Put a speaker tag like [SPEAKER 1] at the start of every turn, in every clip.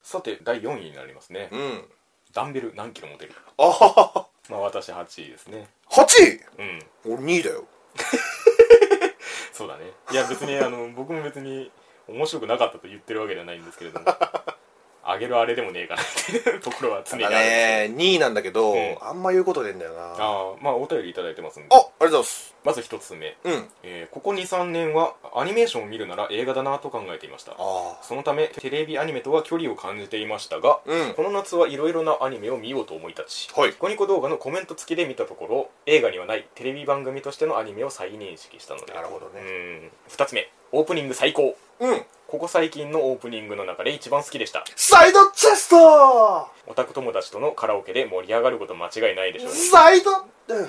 [SPEAKER 1] さて第4位になりますね、
[SPEAKER 2] うん
[SPEAKER 1] ダンベル何キロ持てる
[SPEAKER 2] あはは
[SPEAKER 1] まあ私8位ですね
[SPEAKER 2] 8位
[SPEAKER 1] うん
[SPEAKER 2] 俺2位だよ
[SPEAKER 1] そうだねいや別にあの 僕も別に面白くなかったと言ってるわけじゃないんですけれども あげるあれでもねえかなっていうと ころは常
[SPEAKER 2] だ
[SPEAKER 1] にあるんですけ
[SPEAKER 2] ね2位なんだけど、
[SPEAKER 1] うん
[SPEAKER 2] あんま言うことねえんだよな
[SPEAKER 1] ど
[SPEAKER 2] あ
[SPEAKER 1] ああまあお便りいただいてますんで
[SPEAKER 2] ありがとうございます
[SPEAKER 1] まず1つ目、
[SPEAKER 2] うん
[SPEAKER 1] えーここ23年はアニメーションを見るなら映画だなと考えていました
[SPEAKER 2] あ
[SPEAKER 1] そのためテレビアニメとは距離を感じていましたが、
[SPEAKER 2] うん
[SPEAKER 1] この夏はいろいろなアニメを見ようと思い立ち、
[SPEAKER 2] はい
[SPEAKER 1] コニコ動画のコメント付きで見たところ映画にはないテレビ番組としてのアニメを再認識したので
[SPEAKER 2] なるほどね
[SPEAKER 1] 2つ目オープニング最高
[SPEAKER 2] うん
[SPEAKER 1] ここ最近のオープニングの中で一番好きでした
[SPEAKER 2] サイドチェスト
[SPEAKER 1] オタク友達とのカラオケで盛り上がること間違いないでしょう
[SPEAKER 2] サイドうん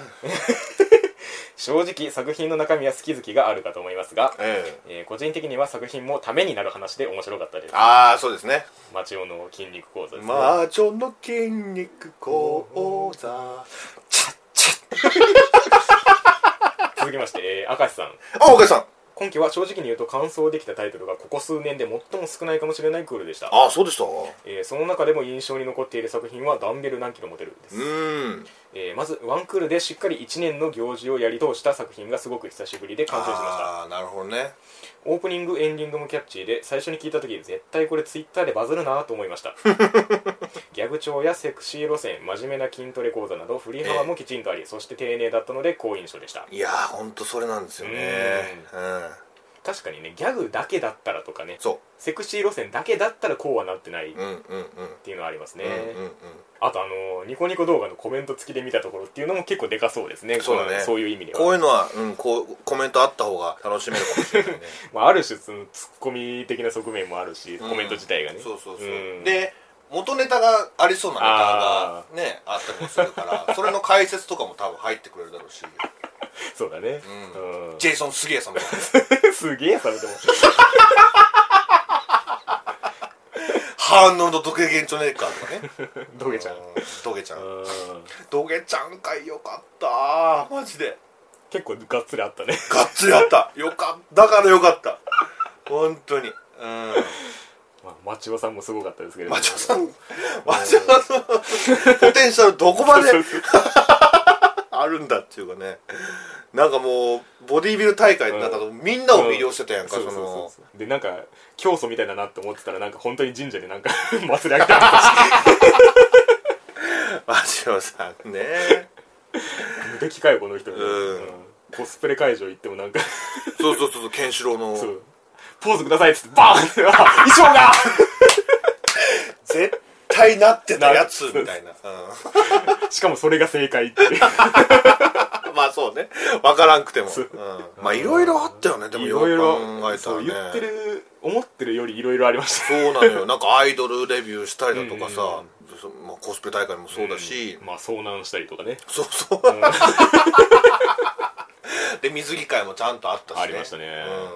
[SPEAKER 1] 正直作品の中身は好き好きがあるかと思いますが、
[SPEAKER 2] ええ
[SPEAKER 1] えー個人的には作品もためになる話で面白かったです
[SPEAKER 2] ああそうですね
[SPEAKER 1] マチオの筋肉講座ですね、
[SPEAKER 2] 魔女の筋肉講座
[SPEAKER 1] 続きまして、えー、明石さん
[SPEAKER 2] あおかしさん
[SPEAKER 1] 今期は正直に言うと完走できたタイトルがここ数年で最も少ないかもしれないクールでした、
[SPEAKER 2] ああそうでした
[SPEAKER 1] えーその中でも印象に残っている作品は「ダンベル何キロ持てる」です、
[SPEAKER 2] うん
[SPEAKER 1] えーまずワンクールでしっかり1年の行事をやり通した作品がすごく久しぶりで完成しました
[SPEAKER 2] ああーなるほどね
[SPEAKER 1] オープニングエンディングもキャッチーで最初に聞いた時絶対これツイッターでバズるなと思いました ギャグ調やセクシー路線真面目な筋トレ講座など振り幅もきちんとあり、そして丁寧だったので好印象でした
[SPEAKER 2] いやーほんとそれなんですよねうん
[SPEAKER 1] 確かにねギャグだけだったらとかね
[SPEAKER 2] そ
[SPEAKER 1] セクシー路線だけだったらこうはなってないっ
[SPEAKER 2] ううんうんうん
[SPEAKER 1] ていうのはありますね、
[SPEAKER 2] うんうんうん
[SPEAKER 1] あとあのーニコニコ動画のコメント付きで見たところっていうのも結構でかそうですね
[SPEAKER 2] そうだね
[SPEAKER 1] このそういう意味で
[SPEAKER 2] こう
[SPEAKER 1] は、
[SPEAKER 2] いうのは、うん、こうコメントあった方が楽しめるかもしれないね
[SPEAKER 1] まあ、ある種そのツッコミ的な側面もあるし、 コメント自体がね
[SPEAKER 2] そうそうそう、
[SPEAKER 1] ん
[SPEAKER 2] で元ネタがありそうなネタがねあったりもする からそれの解説とかも多分入ってくれるだろうし、
[SPEAKER 1] そうだね
[SPEAKER 2] うん
[SPEAKER 1] うん
[SPEAKER 2] ジェイソン・すげえさんとか
[SPEAKER 1] すげえされても
[SPEAKER 2] ハーノルド・ドゲゲンチョネーカーとかね
[SPEAKER 1] どげちゃん
[SPEAKER 2] うドゲちゃん
[SPEAKER 1] うん
[SPEAKER 2] ドゲちゃんかいよかったマジで
[SPEAKER 1] 結構がっつりあったね
[SPEAKER 2] がっつりあったよかっただからよかった本当にうん
[SPEAKER 1] まあマチオさんもすごかったですけれども
[SPEAKER 2] マチョさんマチョさんの ポテンシャルどこ まで
[SPEAKER 1] そうそうそう
[SPEAKER 2] あるんだっていうかねなんかもうボディービル大会なんかみんなを魅了してたやんか、
[SPEAKER 1] そうそ
[SPEAKER 2] そ
[SPEAKER 1] そ
[SPEAKER 2] うの
[SPEAKER 1] うそうでなんか教祖みたいだなって思ってたらなんか本当に神社でなんか 祭り上げたりとか
[SPEAKER 2] マチョさんね
[SPEAKER 1] して無敵かよこの人みたいな
[SPEAKER 2] うん
[SPEAKER 1] うんコスプレ会場行ってもなんか
[SPEAKER 2] そうそうそうそうケンシロウの
[SPEAKER 1] そうポーズくださいっつってバーンってあ衣装が
[SPEAKER 2] 絶対なってたやつ
[SPEAKER 1] な
[SPEAKER 2] みたいな、
[SPEAKER 1] しかもそれが正解っていう
[SPEAKER 2] うん、 まあそうね分からんくても、う、
[SPEAKER 1] そうん
[SPEAKER 2] まあいろいろあったよねでも
[SPEAKER 1] い
[SPEAKER 2] よ
[SPEAKER 1] ろい
[SPEAKER 2] く
[SPEAKER 1] ろ
[SPEAKER 2] 考えた
[SPEAKER 1] そ
[SPEAKER 2] ら
[SPEAKER 1] う
[SPEAKER 2] ね
[SPEAKER 1] 言ってる思ってるよりいろいろありました
[SPEAKER 2] そうなのよなんかアイドルレビューしたりだと
[SPEAKER 1] う
[SPEAKER 2] か
[SPEAKER 1] んうん
[SPEAKER 2] さ、そまあ、コスプレ大会もそうだし、
[SPEAKER 1] うんまあ遭難したりとかね
[SPEAKER 2] そうそう、 で水着会もちゃんとあったし、ね、
[SPEAKER 1] ありましたね
[SPEAKER 2] うん、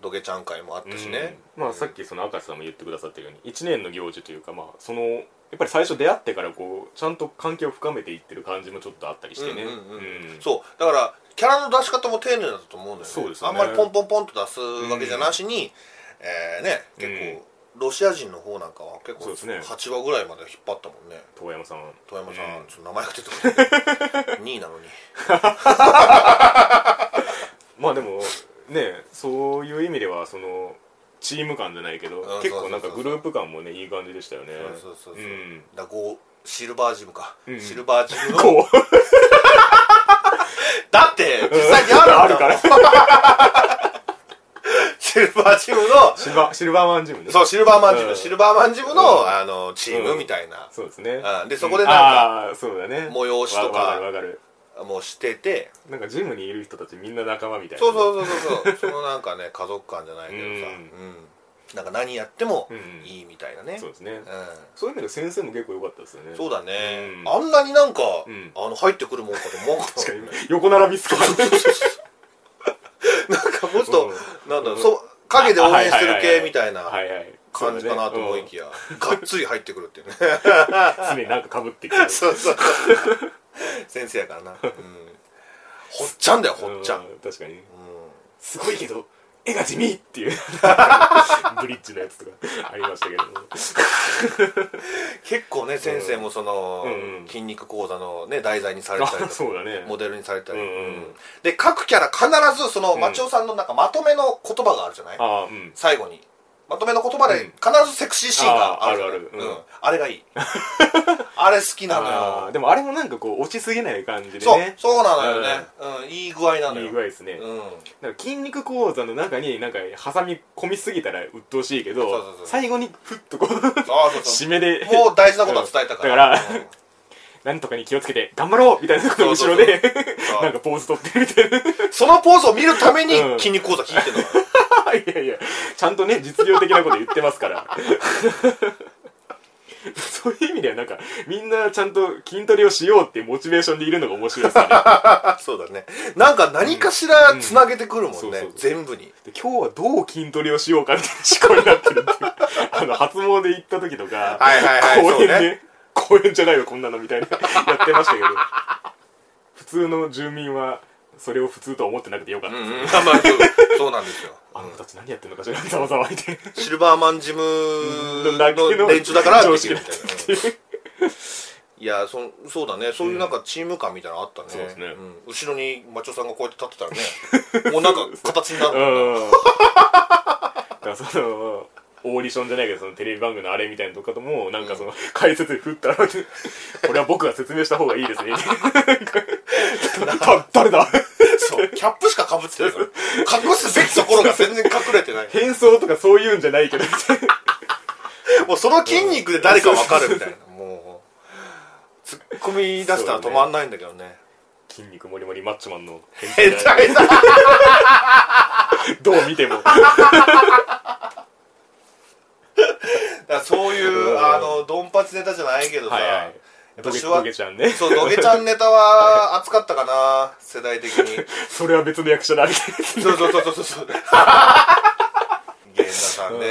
[SPEAKER 2] ドゲちゃん会もあったしね、
[SPEAKER 1] うんまあさっきその赤瀬さんも言ってくださったように1年の行事というかまあそのやっぱり最初出会ってからこうちゃんと関係を深めていってる感じもちょっとあったりしてね
[SPEAKER 2] うんうんうん
[SPEAKER 1] うん
[SPEAKER 2] そうだからキャラの出し方も丁寧だったと思うんだよね
[SPEAKER 1] そうですよね
[SPEAKER 2] あんまりポンポンポンと出すわけじゃなしに、えーね結構、ロシア人の方なんかは結構
[SPEAKER 1] そうですね
[SPEAKER 2] 8話ぐらいまで引っ張ったもんね
[SPEAKER 1] 遠山さん
[SPEAKER 2] 遠山さん、
[SPEAKER 1] うん
[SPEAKER 2] ちょっと名前が出てこ ない2位なのに
[SPEAKER 1] まあでもねそういう意味ではそのチーム感じゃないけど
[SPEAKER 2] ん
[SPEAKER 1] 結構なんか
[SPEAKER 2] そうそうそうそう
[SPEAKER 1] グループ感もねいい感じでしたよね
[SPEAKER 2] そうそうそうそう、
[SPEAKER 1] ん
[SPEAKER 2] だこうシルバージムか、
[SPEAKER 1] うん
[SPEAKER 2] シルバージムの
[SPEAKER 1] こう
[SPEAKER 2] だって実際にあるんだ
[SPEAKER 1] あるから
[SPEAKER 2] シルバージムの
[SPEAKER 1] シル バーシルバーマンジムね
[SPEAKER 2] そうシルバーマンジム、
[SPEAKER 1] うん
[SPEAKER 2] シルバーマンジムの、
[SPEAKER 1] うん
[SPEAKER 2] あのチームみたいな、
[SPEAKER 1] そうですね
[SPEAKER 2] うんでそこでなんか
[SPEAKER 1] あーそうだね
[SPEAKER 2] 催しとか
[SPEAKER 1] わわかるわかる
[SPEAKER 2] もうしてて
[SPEAKER 1] なんかジムにいる人たちみんな仲間みたいな
[SPEAKER 2] そうそうそうそう そうそのなんかね家族感じゃないけどさ、
[SPEAKER 1] う
[SPEAKER 2] うんなんか何やっても
[SPEAKER 1] うん
[SPEAKER 2] いいみたいなね、
[SPEAKER 1] そうですね
[SPEAKER 2] うん
[SPEAKER 1] そういう意味で先生も結構良かったですよね
[SPEAKER 2] そうだね、
[SPEAKER 1] うん
[SPEAKER 2] あんなになんか、
[SPEAKER 1] うん
[SPEAKER 2] あの入ってくるもんかと思う
[SPEAKER 1] 確かに
[SPEAKER 2] ね、
[SPEAKER 1] 横並びっすか
[SPEAKER 2] なんかもうちょっと、
[SPEAKER 1] うん
[SPEAKER 2] なんだろう、
[SPEAKER 1] うん
[SPEAKER 2] そう影で応援してる系みたいな
[SPEAKER 1] はいはい
[SPEAKER 2] 感じかなと思いき
[SPEAKER 1] や
[SPEAKER 2] や、がっつり入ってくるっていうね
[SPEAKER 1] 常になんか被 ってきてる
[SPEAKER 2] そうそう先生やからな、うん、ほっちゃんだよほっちゃん、う
[SPEAKER 1] うんん確かにすごいけど絵が地味って いうブリッジのやつとかありましたけども
[SPEAKER 2] 結構ね先生もその、
[SPEAKER 1] うんうん
[SPEAKER 2] 筋肉講座のね題材にされたり
[SPEAKER 1] あ
[SPEAKER 2] とか
[SPEAKER 1] そうだね
[SPEAKER 2] モデルにされたり、
[SPEAKER 1] うんうん
[SPEAKER 2] うんで各キャラ必ずその町尾さんのなんかまとめの言葉があるじゃない、
[SPEAKER 1] ああうん
[SPEAKER 2] 最後にまとめの言葉
[SPEAKER 1] うん
[SPEAKER 2] で必ずセクシーシーンがあるじゃない
[SPEAKER 1] あーあるあるうん
[SPEAKER 2] うんあれ がいいあれ好きなの
[SPEAKER 1] あ
[SPEAKER 2] よ
[SPEAKER 1] ーでもあれもなんかこう落ちすぎない感じで
[SPEAKER 2] そう
[SPEAKER 1] ね
[SPEAKER 2] そうなのよね、うんいい具合なのよ
[SPEAKER 1] いい具合ですね、
[SPEAKER 2] うん
[SPEAKER 1] なんか筋肉講座の中になんか挟み込みすぎたら鬱陶しいけど
[SPEAKER 2] そうそうそう
[SPEAKER 1] 最後にふっとこう
[SPEAKER 2] あ あそうそ
[SPEAKER 1] 締
[SPEAKER 2] う
[SPEAKER 1] めで
[SPEAKER 2] もう大事なことは伝えたから
[SPEAKER 1] だからなんとかに気をつけて頑張ろうみたいなところの後ろで
[SPEAKER 2] そう
[SPEAKER 1] なんかポーズ取ってみたいな
[SPEAKER 2] うんそのポーズを見るために
[SPEAKER 1] うん
[SPEAKER 2] 筋肉講座聞いてるのから
[SPEAKER 1] いやいやちゃんとね実用的なこと言ってますから そういう意味ではなんかみんなちゃんと筋トレをしようっていうモチベーションでいるのが面白い ですね
[SPEAKER 2] あそうだねなんか何かしらつなげてくるもんね、
[SPEAKER 1] うんうんそうそうそう
[SPEAKER 2] 全部に
[SPEAKER 1] で今日はどう筋トレをしようかみたいな思考になってるっていうあの初詣行った時とか
[SPEAKER 2] はいはいはい
[SPEAKER 1] 公園
[SPEAKER 2] そう
[SPEAKER 1] で、
[SPEAKER 2] ね
[SPEAKER 1] 公園じゃないよこんなのみたいなやってましたけど普通の住民はそれを普通とは思ってなくてよかっ
[SPEAKER 2] う
[SPEAKER 1] た、
[SPEAKER 2] んうんあまあそうそうなんですよ
[SPEAKER 1] あの子たち何やってんのかしらざわざわみたいな
[SPEAKER 2] シルバーマンジムの連中だから
[SPEAKER 1] 常
[SPEAKER 2] でき
[SPEAKER 1] 識
[SPEAKER 2] る
[SPEAKER 1] だっ
[SPEAKER 2] み
[SPEAKER 1] た
[SPEAKER 2] いな
[SPEAKER 1] たっていう
[SPEAKER 2] いやそそうだねそういうなんかチーム感みたいなのあったね,、
[SPEAKER 1] そうですね
[SPEAKER 2] ん後ろにマチョさんがこうやって立ってたらねもうなんか形になる
[SPEAKER 1] うんだからそのオーディションじゃないけどそのテレビ番組のあれみたいなのとかともなんかその解説で振 ったらこれは僕が説明した方がいいですねなんか誰だ
[SPEAKER 2] そうキャップしかかぶってないから隠すべきところが全然隠れてない
[SPEAKER 1] 変装とかそういうんじゃないけど
[SPEAKER 2] もうその筋肉で誰かわかるみたいなもうツッコミ出したら止まんないんだけどね
[SPEAKER 1] 筋肉もりもりマッチョマンの
[SPEAKER 2] 変態だ
[SPEAKER 1] どう見ても
[SPEAKER 2] だからそういう、
[SPEAKER 1] うん
[SPEAKER 2] あのドンパチネタじゃないけどさ、
[SPEAKER 1] はいはい
[SPEAKER 2] やっ
[SPEAKER 1] ド
[SPEAKER 2] ぱ
[SPEAKER 1] ゲ
[SPEAKER 2] 手話
[SPEAKER 1] ドゲちゃんね
[SPEAKER 2] そうドゲちゃんネタは熱かったかな世代的に
[SPEAKER 1] それは別の役者だみたい
[SPEAKER 2] そうそうそうそうそう源田さんね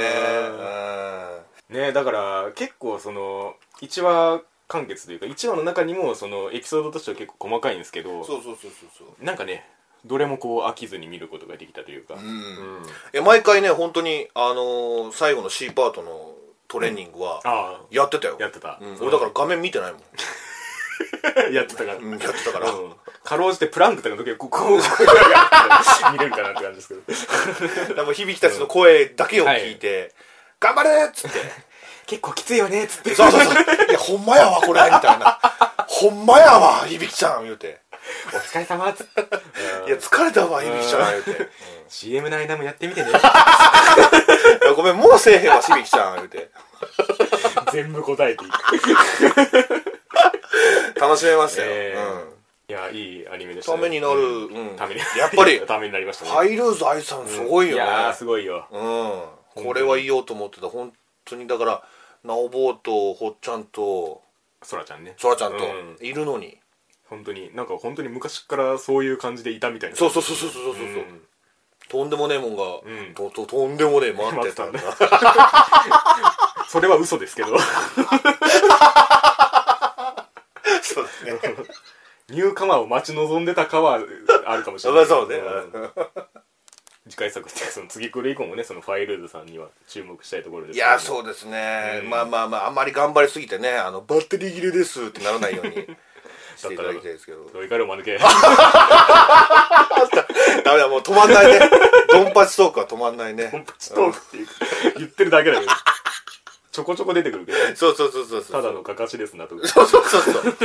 [SPEAKER 1] うんなねだから結構その1話完結というか1話の中にもそのエピソードとしては結構細かいんですけ
[SPEAKER 2] うん
[SPEAKER 1] ど
[SPEAKER 2] そうそうそうそうそう
[SPEAKER 1] なんかねどれもこう飽きずに見ることができたというか、
[SPEAKER 2] う
[SPEAKER 1] うんん
[SPEAKER 2] え毎回ね本当にあのー最後の C パートのトレーニングは
[SPEAKER 1] ああ
[SPEAKER 2] やってたよ、
[SPEAKER 1] やってた、
[SPEAKER 2] うん、俺だから画面見てないもん、
[SPEAKER 1] らやってたから、うん
[SPEAKER 2] うん、やってた から、
[SPEAKER 1] かろうじてプランクとかの時はこうこうこう見れるかなって感じですけど
[SPEAKER 2] でも響たちの声だけを聞いて「頑張れ!」っつって
[SPEAKER 1] 結構きついよねっつって
[SPEAKER 2] 「そうそうそういやほんまやわこれ」みたいな「ほんまやわ響ちゃん」言うて
[SPEAKER 1] お疲れ様っつって
[SPEAKER 2] 「いや疲れたわ響ちゃん」言うてうん
[SPEAKER 1] CM の間もやってみてね
[SPEAKER 2] いや「ごめんもうせえへんわ響ちゃん」言うて
[SPEAKER 1] 全部答えていく
[SPEAKER 2] 「楽しめましたよ」
[SPEAKER 1] えー
[SPEAKER 2] うん
[SPEAKER 1] いやいいアニメでした、
[SPEAKER 2] ためになる、
[SPEAKER 1] うん
[SPEAKER 2] うん
[SPEAKER 1] ために
[SPEAKER 2] やっ ぱり
[SPEAKER 1] ためになりましたね
[SPEAKER 2] ハイルーズ愛さんすごいよね、
[SPEAKER 1] やーすごいよ
[SPEAKER 2] うん、これは言おうと思ってた本当にだからなおぼうとほっちゃんと
[SPEAKER 1] そらちゃんね
[SPEAKER 2] そらちゃん
[SPEAKER 1] うん
[SPEAKER 2] といるのに、
[SPEAKER 1] 本当になんか本当に昔からそういう感じでいたみたいな
[SPEAKER 2] そうそうそうそうそうそうそう、
[SPEAKER 1] うん
[SPEAKER 2] とんでもねえもんが、
[SPEAKER 1] うん
[SPEAKER 2] とととんでもねえ待っ てたんだ
[SPEAKER 1] それは嘘ですけど
[SPEAKER 2] そうですね
[SPEAKER 1] ニューカマーを待ち望んでたかはあるかもしれ
[SPEAKER 2] そ
[SPEAKER 1] な
[SPEAKER 2] う
[SPEAKER 1] い
[SPEAKER 2] そうね、
[SPEAKER 1] ん次回作っていうかその次くる以降もねそのファイルーズさんには注目したいところです
[SPEAKER 2] いや
[SPEAKER 1] う
[SPEAKER 2] そうですね、
[SPEAKER 1] うん
[SPEAKER 2] まあまあまああんまり頑張りすぎてねあのバッテリー切れですってならない ようにしていただきたいですけど
[SPEAKER 1] ロイカルを間抜け
[SPEAKER 2] ダメだもう止まんないね ドンパチトークは止まんないね
[SPEAKER 1] コンパチトークっていうか言ってるだけだけどちょこちょこ出てくるけどね
[SPEAKER 2] そうそうそうそうそ
[SPEAKER 1] た
[SPEAKER 2] う
[SPEAKER 1] だのかかしですなと
[SPEAKER 2] そうそうそうそう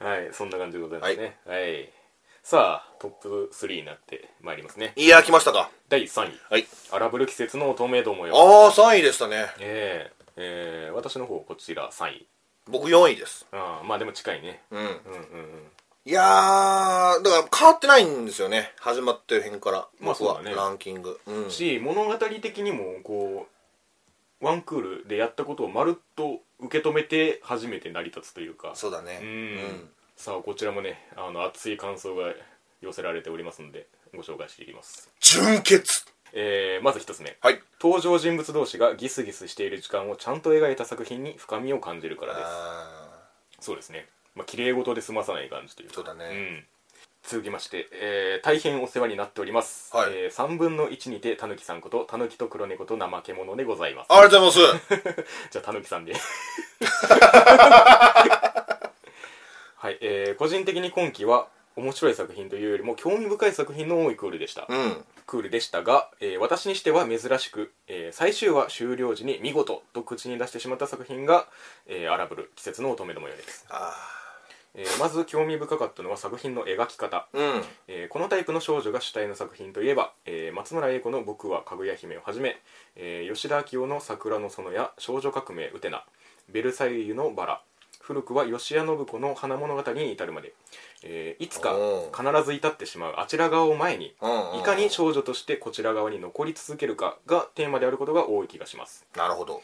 [SPEAKER 1] はいそんな感じでございますねはい、さあトップ3になってまいりますね
[SPEAKER 2] いや来ましたか
[SPEAKER 1] 第3位
[SPEAKER 2] はい
[SPEAKER 1] 荒ぶる季節の乙女どもよ
[SPEAKER 2] ああ3位でしたね
[SPEAKER 1] えー、えー、私の方こちら3位
[SPEAKER 2] 僕4位です
[SPEAKER 1] あーまあでも近いね
[SPEAKER 2] うん
[SPEAKER 1] うんうんうん
[SPEAKER 2] いやーだから変わってないんですよね始まってる辺から
[SPEAKER 1] まあ
[SPEAKER 2] 僕
[SPEAKER 1] そ
[SPEAKER 2] は、
[SPEAKER 1] うだね
[SPEAKER 2] ランキング、うん、
[SPEAKER 1] し物語的にもこうワンクールでやったことをまるっと受け止めて初めて成り立つというか
[SPEAKER 2] そうだね
[SPEAKER 1] うん、さあこちらもねあの熱い感想が寄せられておりますのでご紹介していきます、
[SPEAKER 2] 純潔
[SPEAKER 1] えー、まず一つ目
[SPEAKER 2] はい
[SPEAKER 1] 登場人物同士がギスギスしている時間をちゃんと描いた作品に深みを感じるからで
[SPEAKER 2] あ
[SPEAKER 1] すそうですねまあ綺麗事で済まさない感じという
[SPEAKER 2] ー
[SPEAKER 1] か
[SPEAKER 2] そうだ
[SPEAKER 1] う
[SPEAKER 2] ね、
[SPEAKER 1] ん続きまして、えー大変お世話になっております、
[SPEAKER 2] はい
[SPEAKER 1] え3分の1にてたぬきさんことたぬきと黒猫と怠け者でございます
[SPEAKER 2] ありがとうございます。
[SPEAKER 1] じゃあたぬきさん ではい、えー個人的に今期は面白い作品というよりも興味深い作品の多いクールでした、
[SPEAKER 2] うん。
[SPEAKER 1] クールでしたが、えー私にしては珍しく、えー最終話終了時に見事と口に出してしまった作品が「えー荒ぶる季節の乙女どもより」です、
[SPEAKER 2] あ
[SPEAKER 1] えーまず興味深かったのは作品の描き方、
[SPEAKER 2] ーうん。
[SPEAKER 1] えーこのタイプの少女が主体の作品といえば、えー松村英子の「僕はかぐや姫」をはじめ、えー吉田明夫の「桜の園」や「少女革命ウテナ」「ベルサイユのバラ」古くは吉谷信子の「花物語」に至るまで、えーいつか
[SPEAKER 2] お
[SPEAKER 1] 必ず至ってしまうあちら側を前に
[SPEAKER 2] うんうん
[SPEAKER 1] いかに少女としてこちら側に残り続けるかがテーマであることが多い気がします
[SPEAKER 2] なるほど。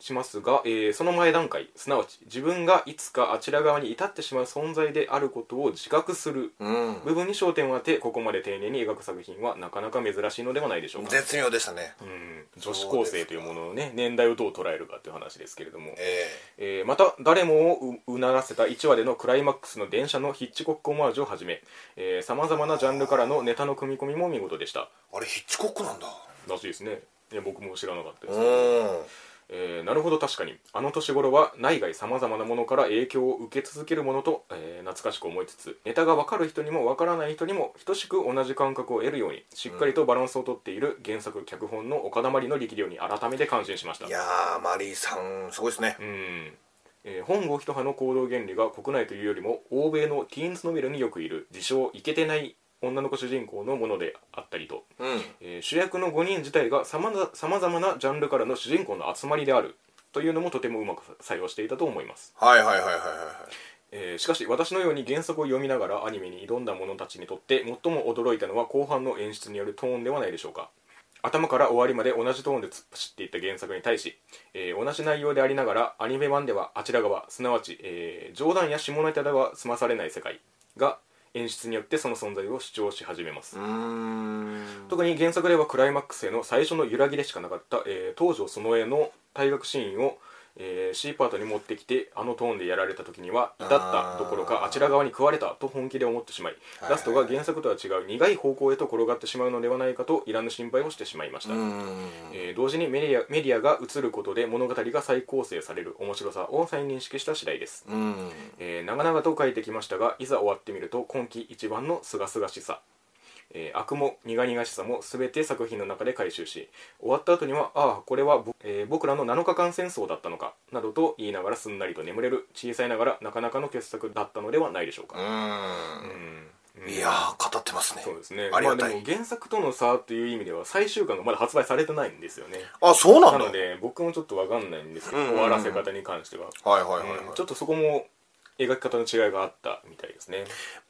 [SPEAKER 1] しますが、えーその前段階すなわち自分がいつかあちら側に至ってしまう存在であることを自覚する
[SPEAKER 2] うん。
[SPEAKER 1] 部分に焦点を当てここまで丁寧に描く作品はなかなか珍しいのではないでしょうか
[SPEAKER 2] 絶妙でしたね。
[SPEAKER 1] うん女子高生というもののね年代をどう捉えるかという話ですけれども、
[SPEAKER 2] え
[SPEAKER 1] えーまた誰もをううならせた1話でのクライマックスの電車のヒッチコックオマージュをはじめさまざまなジャンルからのネタの組み込みも見事でした
[SPEAKER 2] えあれ、ヒッチコックなんだ。
[SPEAKER 1] らしいですねいや僕も知らなかったで
[SPEAKER 2] う
[SPEAKER 1] す、
[SPEAKER 2] ん。
[SPEAKER 1] えーなるほど確かにあの年頃は内外さまざまなものから影響を受け続けるものと、えー懐かしく思いつつネタが分かる人にも分からない人にも等しく同じ感覚を得るようにしっかりとバランスをとっている原作脚本の岡田まりの力量に改めて感心しました
[SPEAKER 2] いやー、マリーさん、すごいですね
[SPEAKER 1] う。ん、えー本郷一葉の行動原理が国内というよりも欧米のティーンズノベルによくいる自称イケてない女の子主人公のものであったりと、
[SPEAKER 2] うん。
[SPEAKER 1] えー主役の5人自体がさまざさまざまなジャンルからの主人公の集まりであるというのもとてもうまく採用していたと思います、
[SPEAKER 2] はいはいはいはいはいはい。
[SPEAKER 1] えーしかし私のように原作を読みながらアニメに挑んだ者たちにとって最も驚いたのは後半の演出によるトーンではないでしょうか頭から終わりまで同じトーンで突っ走っていった原作に対し、えー同じ内容でありながらアニメ版ではあちら側すなわち、えー冗談や下ネタでは済まされない世界が演出によってその存在を主張し始めます
[SPEAKER 2] うーん。
[SPEAKER 1] 特に原作ではクライマックスへの最初の揺らぎでしかなかった、えー、東条その絵の退学シーンを、えー C パートに持ってきてあのトーンでやられた時には至ったどころか
[SPEAKER 2] あー
[SPEAKER 1] あちら側に食われたと本気で思ってしまい
[SPEAKER 2] はい
[SPEAKER 1] ラストが原作とは違う苦い方向へと転がってしまうのではないかといらぬ心配をしてしまいまし
[SPEAKER 2] う
[SPEAKER 1] た、
[SPEAKER 2] ーん。
[SPEAKER 1] えー同時にメディアメディアが映ることで物語が再構成される面白さを再認識した次第です、
[SPEAKER 2] うん。
[SPEAKER 1] えー長々と書いてきましたがいざ終わってみると今季一番の清々しさ、えー悪も苦々しさも全て作品の中で回収し終わった後にはああこれはぼ、えー僕らの7日間戦争だったのかなどと言いながらすんなりと眠れる小さいながらなかなかの傑作だったのではないでしょう
[SPEAKER 2] う
[SPEAKER 1] か、
[SPEAKER 2] ーん。
[SPEAKER 1] うん
[SPEAKER 2] いやー、語ってますね。
[SPEAKER 1] そうですね
[SPEAKER 2] ありが
[SPEAKER 1] ま
[SPEAKER 2] た
[SPEAKER 1] あ、で
[SPEAKER 2] い
[SPEAKER 1] も。原作との差という意味では最終巻がまだ発売されてないんですよね
[SPEAKER 2] あ、そうな
[SPEAKER 1] なん
[SPEAKER 2] だ。
[SPEAKER 1] の
[SPEAKER 2] はい
[SPEAKER 1] で僕もちょっとわかんないんですけど、
[SPEAKER 2] うんうんうん
[SPEAKER 1] 終わらせ方に関しては、
[SPEAKER 2] はいはいはい
[SPEAKER 1] うんちょっとそこも描き方の違いがあったみたいですね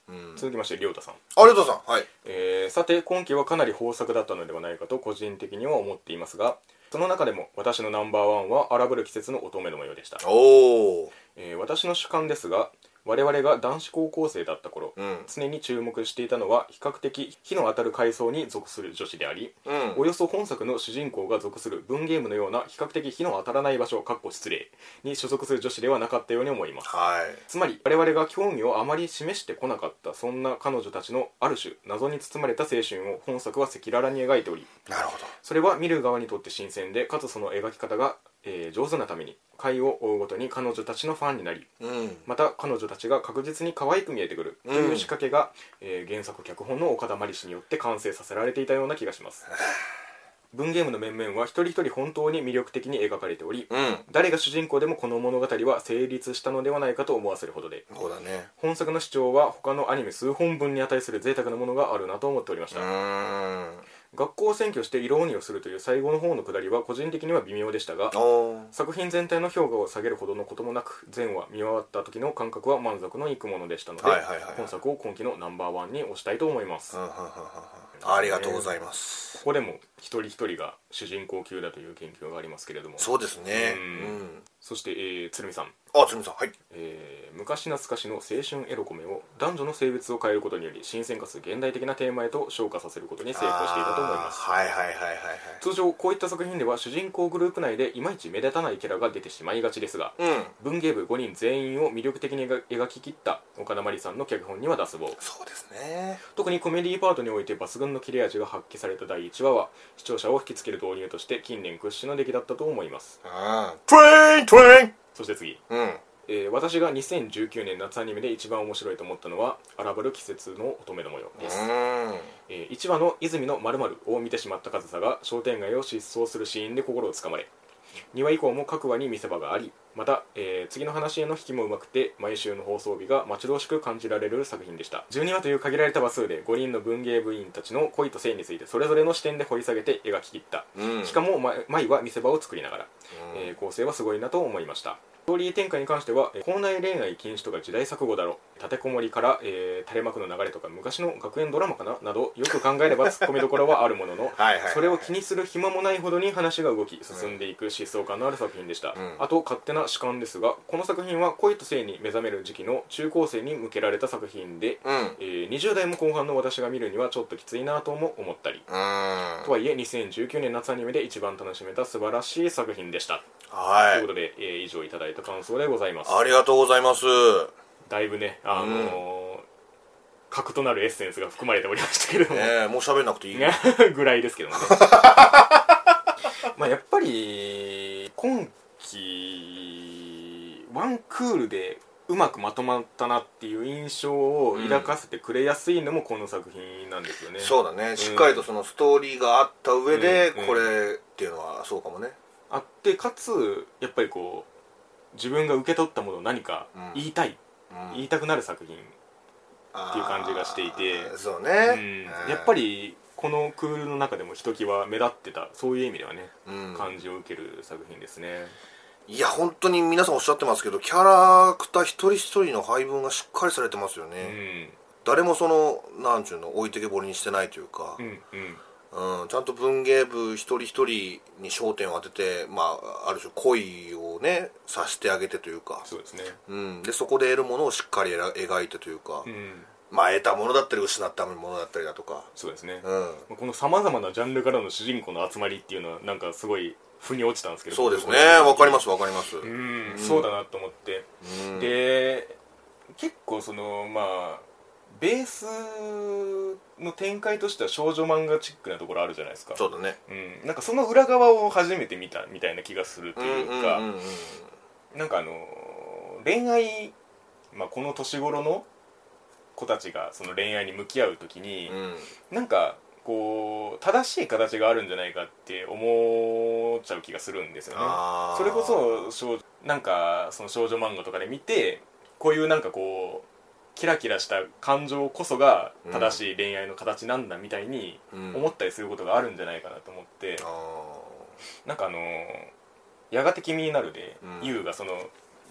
[SPEAKER 2] うん。
[SPEAKER 1] 続きまして亮太さん、
[SPEAKER 2] ありがとうさん。はい。
[SPEAKER 1] えーさて今期はかなり豊作だったのではないかと個人的には思っていますがその中でも私のナンバーワンは荒ぶる季節の乙女の模様でした、
[SPEAKER 2] おー。
[SPEAKER 1] えー私の主観ですが我々が男子高校生だった頃、
[SPEAKER 2] うん。
[SPEAKER 1] 常に注目していたのは比較的火の当たる階層に属する女子であり
[SPEAKER 2] うん。
[SPEAKER 1] およそ本作の主人公が属する文ゲームのような比較的火の当たらない場所かっこ失礼に所属する女子ではなかったように思います
[SPEAKER 2] はい。
[SPEAKER 1] つまり我々が興味をあまり示してこなかったそんな彼女たちのある種謎に包まれた青春を本作は赤裸々に描いており
[SPEAKER 2] なるほど。
[SPEAKER 1] それは見る側にとって新鮮でかつその描き方が、えー上手なために回を追うごとに彼女たちのファンになり
[SPEAKER 2] うん。
[SPEAKER 1] また彼女たちが確実に可愛く見えてくるという仕掛けが、えー原作脚本の岡田真理氏によって完成させられていたような気がします文ゲームの面々は一人一人本当に魅力的に描かれており
[SPEAKER 2] うん。
[SPEAKER 1] 誰が主人公でもこの物語は成立したのではないかと思わせるほどで
[SPEAKER 2] そうだね。
[SPEAKER 1] 本作の主張は他のアニメ数本分に値する贅沢なものがあるなと思っておりまし
[SPEAKER 2] う
[SPEAKER 1] た、
[SPEAKER 2] ーん。
[SPEAKER 1] 学校を占拠して色鬼をするという最後の方のくだりは個人的には微妙でしたが
[SPEAKER 2] おー。
[SPEAKER 1] 作品全体の評価を下げるほどのこともなく全話見終わった時の感覚は満足のいくものでしたので、
[SPEAKER 2] はいはいはいはい
[SPEAKER 1] 本作を今期のナンバーワンに推したいと思います、
[SPEAKER 2] うんうんうんうんうん
[SPEAKER 1] ですね
[SPEAKER 2] ありがとうござい
[SPEAKER 1] す
[SPEAKER 2] ます、
[SPEAKER 1] ここでも一人一人が主人公級だという研究がありますけれども
[SPEAKER 2] そうですね
[SPEAKER 1] うんそして、えー鶴見さん、
[SPEAKER 2] うんあつみさんはい
[SPEAKER 1] えー昔懐かしの青春エロコメを男女の性別を変えることにより新鮮かつ現代的なテーマへと昇華させることに成功していたと思います
[SPEAKER 2] あーはいはいはいはい
[SPEAKER 1] 通常こういった作品では主人公グループ内でいまいち目立たないキャラが出てしまいがちですが
[SPEAKER 2] はいうん
[SPEAKER 1] 文芸部5人全員を魅力的に描描き切った岡田真理さんの脚本には脱帽
[SPEAKER 2] そうですね
[SPEAKER 1] 特にコメディパートにおいて抜群の切れ味が発揮された第1話は視聴者を引きつける導入として近年屈指の出来だったと思います
[SPEAKER 2] うんトレイントレイン
[SPEAKER 1] そして次、
[SPEAKER 2] うん
[SPEAKER 1] えー私が2019年夏アニメで一番面白いと思ったのは「荒ぶる季節の乙女の模様」です、
[SPEAKER 2] うん
[SPEAKER 1] え1話の泉の〇〇を見てしまった上総が商店街を疾走するシーンで心をつかまれ2話以降も各話に見せ場がありまた、えー次の話への引きもうまくて毎週の放送日が待ち遠しく感じられる作品でした12話という限られた話数で5人の文芸部員たちの恋と性についてそれぞれの視点で掘り下げて描き切った
[SPEAKER 2] うん
[SPEAKER 1] しかもま 毎話見せ場を作りながら、えー構成はすごいなと思いましたストーリー展開に関してはえー校内恋愛禁止とか時代錯誤だろ立てこもりから、えー垂れ幕の流れとか昔の学園ドラマかななどよく考えればツッコミどころはあるものの
[SPEAKER 2] はいはいはい
[SPEAKER 1] それを気にする暇もないほどに話が動き進んでいく疾走感のある作品でした、
[SPEAKER 2] うん
[SPEAKER 1] あと勝手な主観ですがこの作品は恋と性に目覚める時期の中高生に向けられた作品で、
[SPEAKER 2] うんうん
[SPEAKER 1] えー20代も後半の私が見るにはちょっときついなとも思ったりとはいえ2019年夏アニメで一番楽しめた素晴らしい作品でした、
[SPEAKER 2] は
[SPEAKER 1] という
[SPEAKER 2] い
[SPEAKER 1] ことで、えー以上いただいた感想でございます
[SPEAKER 2] ありがとうございます
[SPEAKER 1] だいぶねあのー核となるエッセンスが含まれておりましたけれども、
[SPEAKER 2] ねえもう喋んなくていい
[SPEAKER 1] ぐらいですけどもね まあやっぱり今期ワンクールでうまくまとまったなっていう印象を抱かせてくれやすいのもこの作品なんですよね、
[SPEAKER 2] そうだねしっかりとそのストーリーがあった上で
[SPEAKER 1] うん
[SPEAKER 2] これっていうのはそうかもね
[SPEAKER 1] あってかつやっぱりこう自分が受け取ったものを何か
[SPEAKER 2] うん
[SPEAKER 1] 言いたい、
[SPEAKER 2] うん
[SPEAKER 1] 言いたくなる作品、っていう感じがしていて
[SPEAKER 2] あーそう
[SPEAKER 1] う
[SPEAKER 2] ね
[SPEAKER 1] んやっぱりこのクールの中でもひときわ目立ってたそういう意味ではね
[SPEAKER 2] うん
[SPEAKER 1] 感じを受ける作品ですね、
[SPEAKER 2] いや本当に皆さんおっしゃってますけどキャラクター一人一人の配分がしっかりされてますよ
[SPEAKER 1] うん、
[SPEAKER 2] ね、誰もそのなんちゅうの置いてけぼりにしてないというか
[SPEAKER 1] う、んうん
[SPEAKER 2] うんちゃんと文芸部一人一人に焦点を当てて、まあ、ある種恋をねさしてあげてというか、
[SPEAKER 1] そうですね
[SPEAKER 2] うん、でそこで得るものをしっかりえら描いてというか、
[SPEAKER 1] うん
[SPEAKER 2] まあ得たものだったり失ったものだったりだとか、
[SPEAKER 1] そうですね
[SPEAKER 2] う、ん、
[SPEAKER 1] まあこのさまざまなジャンルからの主人公の集まりっていうのはなんかすごい腑に落ちたんですけど
[SPEAKER 2] そうです
[SPEAKER 1] こ
[SPEAKER 2] ね
[SPEAKER 1] れ
[SPEAKER 2] わかりますわかります、
[SPEAKER 1] う、
[SPEAKER 2] うんうん
[SPEAKER 1] そうだなと思って、
[SPEAKER 2] ん、
[SPEAKER 1] で結構そのまあベースの展開としては少女漫画チックなところあるじゃないですか
[SPEAKER 2] そうだね
[SPEAKER 1] うん、なんかその裏側を初めて見たみたいな気がするというか、
[SPEAKER 2] うんうんうんうん
[SPEAKER 1] なんかあのー恋愛、まあ、この年頃の子たちがその恋愛に向き合う時に、
[SPEAKER 2] うん
[SPEAKER 1] なんかこう正しい形があるんじゃないかって思っちゃう気がするんですよね
[SPEAKER 2] あー
[SPEAKER 1] それこそ少女なんかその少女漫画とかで見てこういうなんかこうキラキラした感情こそが正しい恋愛の形なんだみたいに
[SPEAKER 2] うん
[SPEAKER 1] 思ったりすることがあるんじゃないかなと思って、
[SPEAKER 2] あ
[SPEAKER 1] なんかあのーやがて君になるで、
[SPEAKER 2] うん
[SPEAKER 1] ユウがその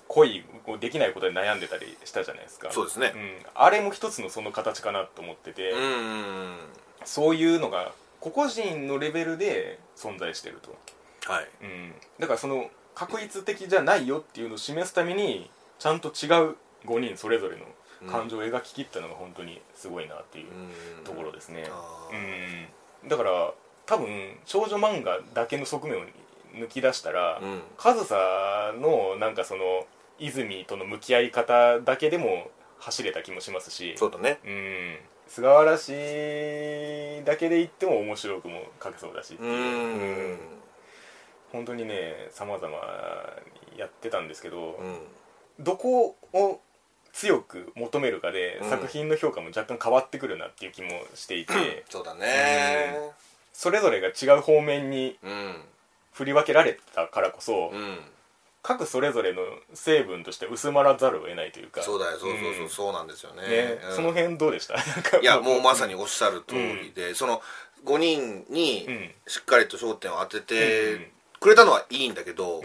[SPEAKER 1] 恋をできないことで悩んでたりしたじゃないですか
[SPEAKER 2] ーそうですね
[SPEAKER 1] うん、あれも一つのその形かなと思ってて、
[SPEAKER 2] うんうんうん
[SPEAKER 1] そういうのが個々人のレベルで存在してると、
[SPEAKER 2] はい
[SPEAKER 1] うん、だからその確率的じゃないよっていうのを示すためにちゃんと違う5人それぞれの感情を描き切ったのが本当にすごいなっていう
[SPEAKER 2] うん
[SPEAKER 1] ところですね、
[SPEAKER 2] あー
[SPEAKER 1] うん、だから多分少女漫画だけの側面を抜き出したら、
[SPEAKER 2] うん
[SPEAKER 1] カズサのなんかその泉との向き合い方だけでも走れた気もしますし
[SPEAKER 2] そうだね
[SPEAKER 1] うん菅原氏だけで言っても面白くも書けそうだしって
[SPEAKER 2] う
[SPEAKER 1] い
[SPEAKER 2] ん
[SPEAKER 1] うん本当にね様々にやってたんですけど、
[SPEAKER 2] うん
[SPEAKER 1] どこを強く求めるかで、
[SPEAKER 2] うん
[SPEAKER 1] 作品の評価も若干変わってくるなっていう気もしていて
[SPEAKER 2] そうだね
[SPEAKER 1] それぞれが違う方面に
[SPEAKER 2] うん
[SPEAKER 1] 振り分けられたからこそ、
[SPEAKER 2] うん
[SPEAKER 1] 各それぞれの成分として薄まらざるを得ないというか
[SPEAKER 2] そうだよそうそうそううんそうなんですよね
[SPEAKER 1] ね
[SPEAKER 2] うん
[SPEAKER 1] その辺どうでした なんか
[SPEAKER 2] いやもうまさにおっしゃる通りでその5人
[SPEAKER 1] う
[SPEAKER 2] に
[SPEAKER 1] ん
[SPEAKER 2] しっかりと焦点を当て
[SPEAKER 1] うん
[SPEAKER 2] てくれたのはいいんだけど
[SPEAKER 1] ん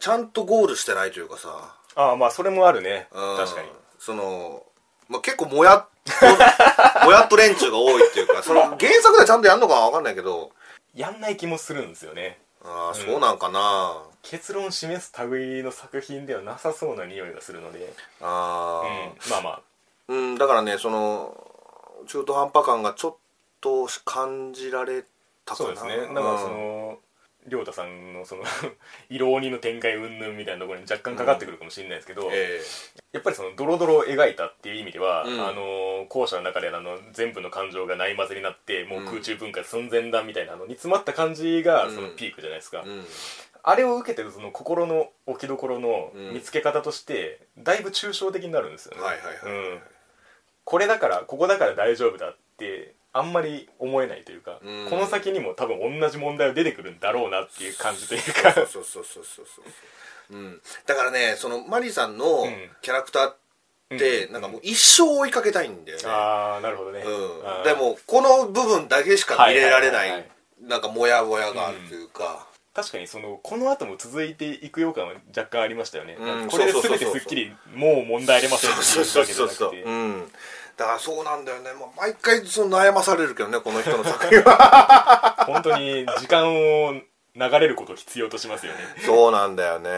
[SPEAKER 2] ちゃんとゴールしてないというかさ
[SPEAKER 1] ああまあそれもあるね
[SPEAKER 2] うん
[SPEAKER 1] 確かに
[SPEAKER 2] そのまあ結構もやっ ぼぼやっと連中が多いっていうかその原作ではちゃんとやんのかわかんないけど
[SPEAKER 1] やんない気もするんですよね
[SPEAKER 2] ああそうなんかな、
[SPEAKER 1] 結論を示す類の作品ではなさそうな匂いがするので、
[SPEAKER 2] あ
[SPEAKER 1] う
[SPEAKER 2] あ、
[SPEAKER 1] ん、まあまあ
[SPEAKER 2] うん、だからねその中途半端感がちょっと感じられたか
[SPEAKER 1] そう
[SPEAKER 2] な
[SPEAKER 1] ですねだからその亮太さんのそ の色鬼の展開云々みたいなところに若干かかってくるかもしれないですけど、
[SPEAKER 2] うんえ
[SPEAKER 1] やっぱりそのドロドロを描いたっていう意味では、
[SPEAKER 2] うん
[SPEAKER 1] あの校舎の中であの全部の感情がないまぜになってもう空中分解寸前だみたいなのに詰まった感じが
[SPEAKER 2] うん
[SPEAKER 1] そのピークじゃないですか、
[SPEAKER 2] えうん
[SPEAKER 1] あれを受けてるその心の置きどころの
[SPEAKER 2] うん
[SPEAKER 1] 見つけ方としてだいぶ抽象的になるんですよね、
[SPEAKER 2] はいはいはい
[SPEAKER 1] うん、これだからここだから大丈夫だってあんまり思えないというか、
[SPEAKER 2] うん
[SPEAKER 1] この先にも多分同じ問題は出てくるんだろうなっていう感じというか
[SPEAKER 2] そうそうそうそうそうそう、うん、だからねそのマリさんの
[SPEAKER 1] うん
[SPEAKER 2] キャラクターって、
[SPEAKER 1] うん
[SPEAKER 2] なんかもう一生追いかけたいんだよね、
[SPEAKER 1] ああなるほどね、
[SPEAKER 2] う
[SPEAKER 1] あ
[SPEAKER 2] ん、
[SPEAKER 1] ー
[SPEAKER 2] でもこの部分だけしか見れられな
[SPEAKER 1] はいはいはい
[SPEAKER 2] い
[SPEAKER 1] は
[SPEAKER 2] なんかモヤモヤがあるというか、
[SPEAKER 1] 確かにそのこの後も続いていくよう感は若干ありましたよね、
[SPEAKER 2] うん
[SPEAKER 1] なんかこれで
[SPEAKER 2] そうそ
[SPEAKER 1] 全
[SPEAKER 2] うそ
[SPEAKER 1] て
[SPEAKER 2] うそう
[SPEAKER 1] すっきりもう問題ありませんって
[SPEAKER 2] そ
[SPEAKER 1] い
[SPEAKER 2] う
[SPEAKER 1] う
[SPEAKER 2] そう
[SPEAKER 1] わけじ
[SPEAKER 2] そ
[SPEAKER 1] ゃ
[SPEAKER 2] う
[SPEAKER 1] なく
[SPEAKER 2] そう、
[SPEAKER 1] て
[SPEAKER 2] うん、だからそうなんだよねもう毎回その悩まされるけどねこの人の作品 は
[SPEAKER 1] 本当に時間を流れることを必要としますよね
[SPEAKER 2] そうなんだよね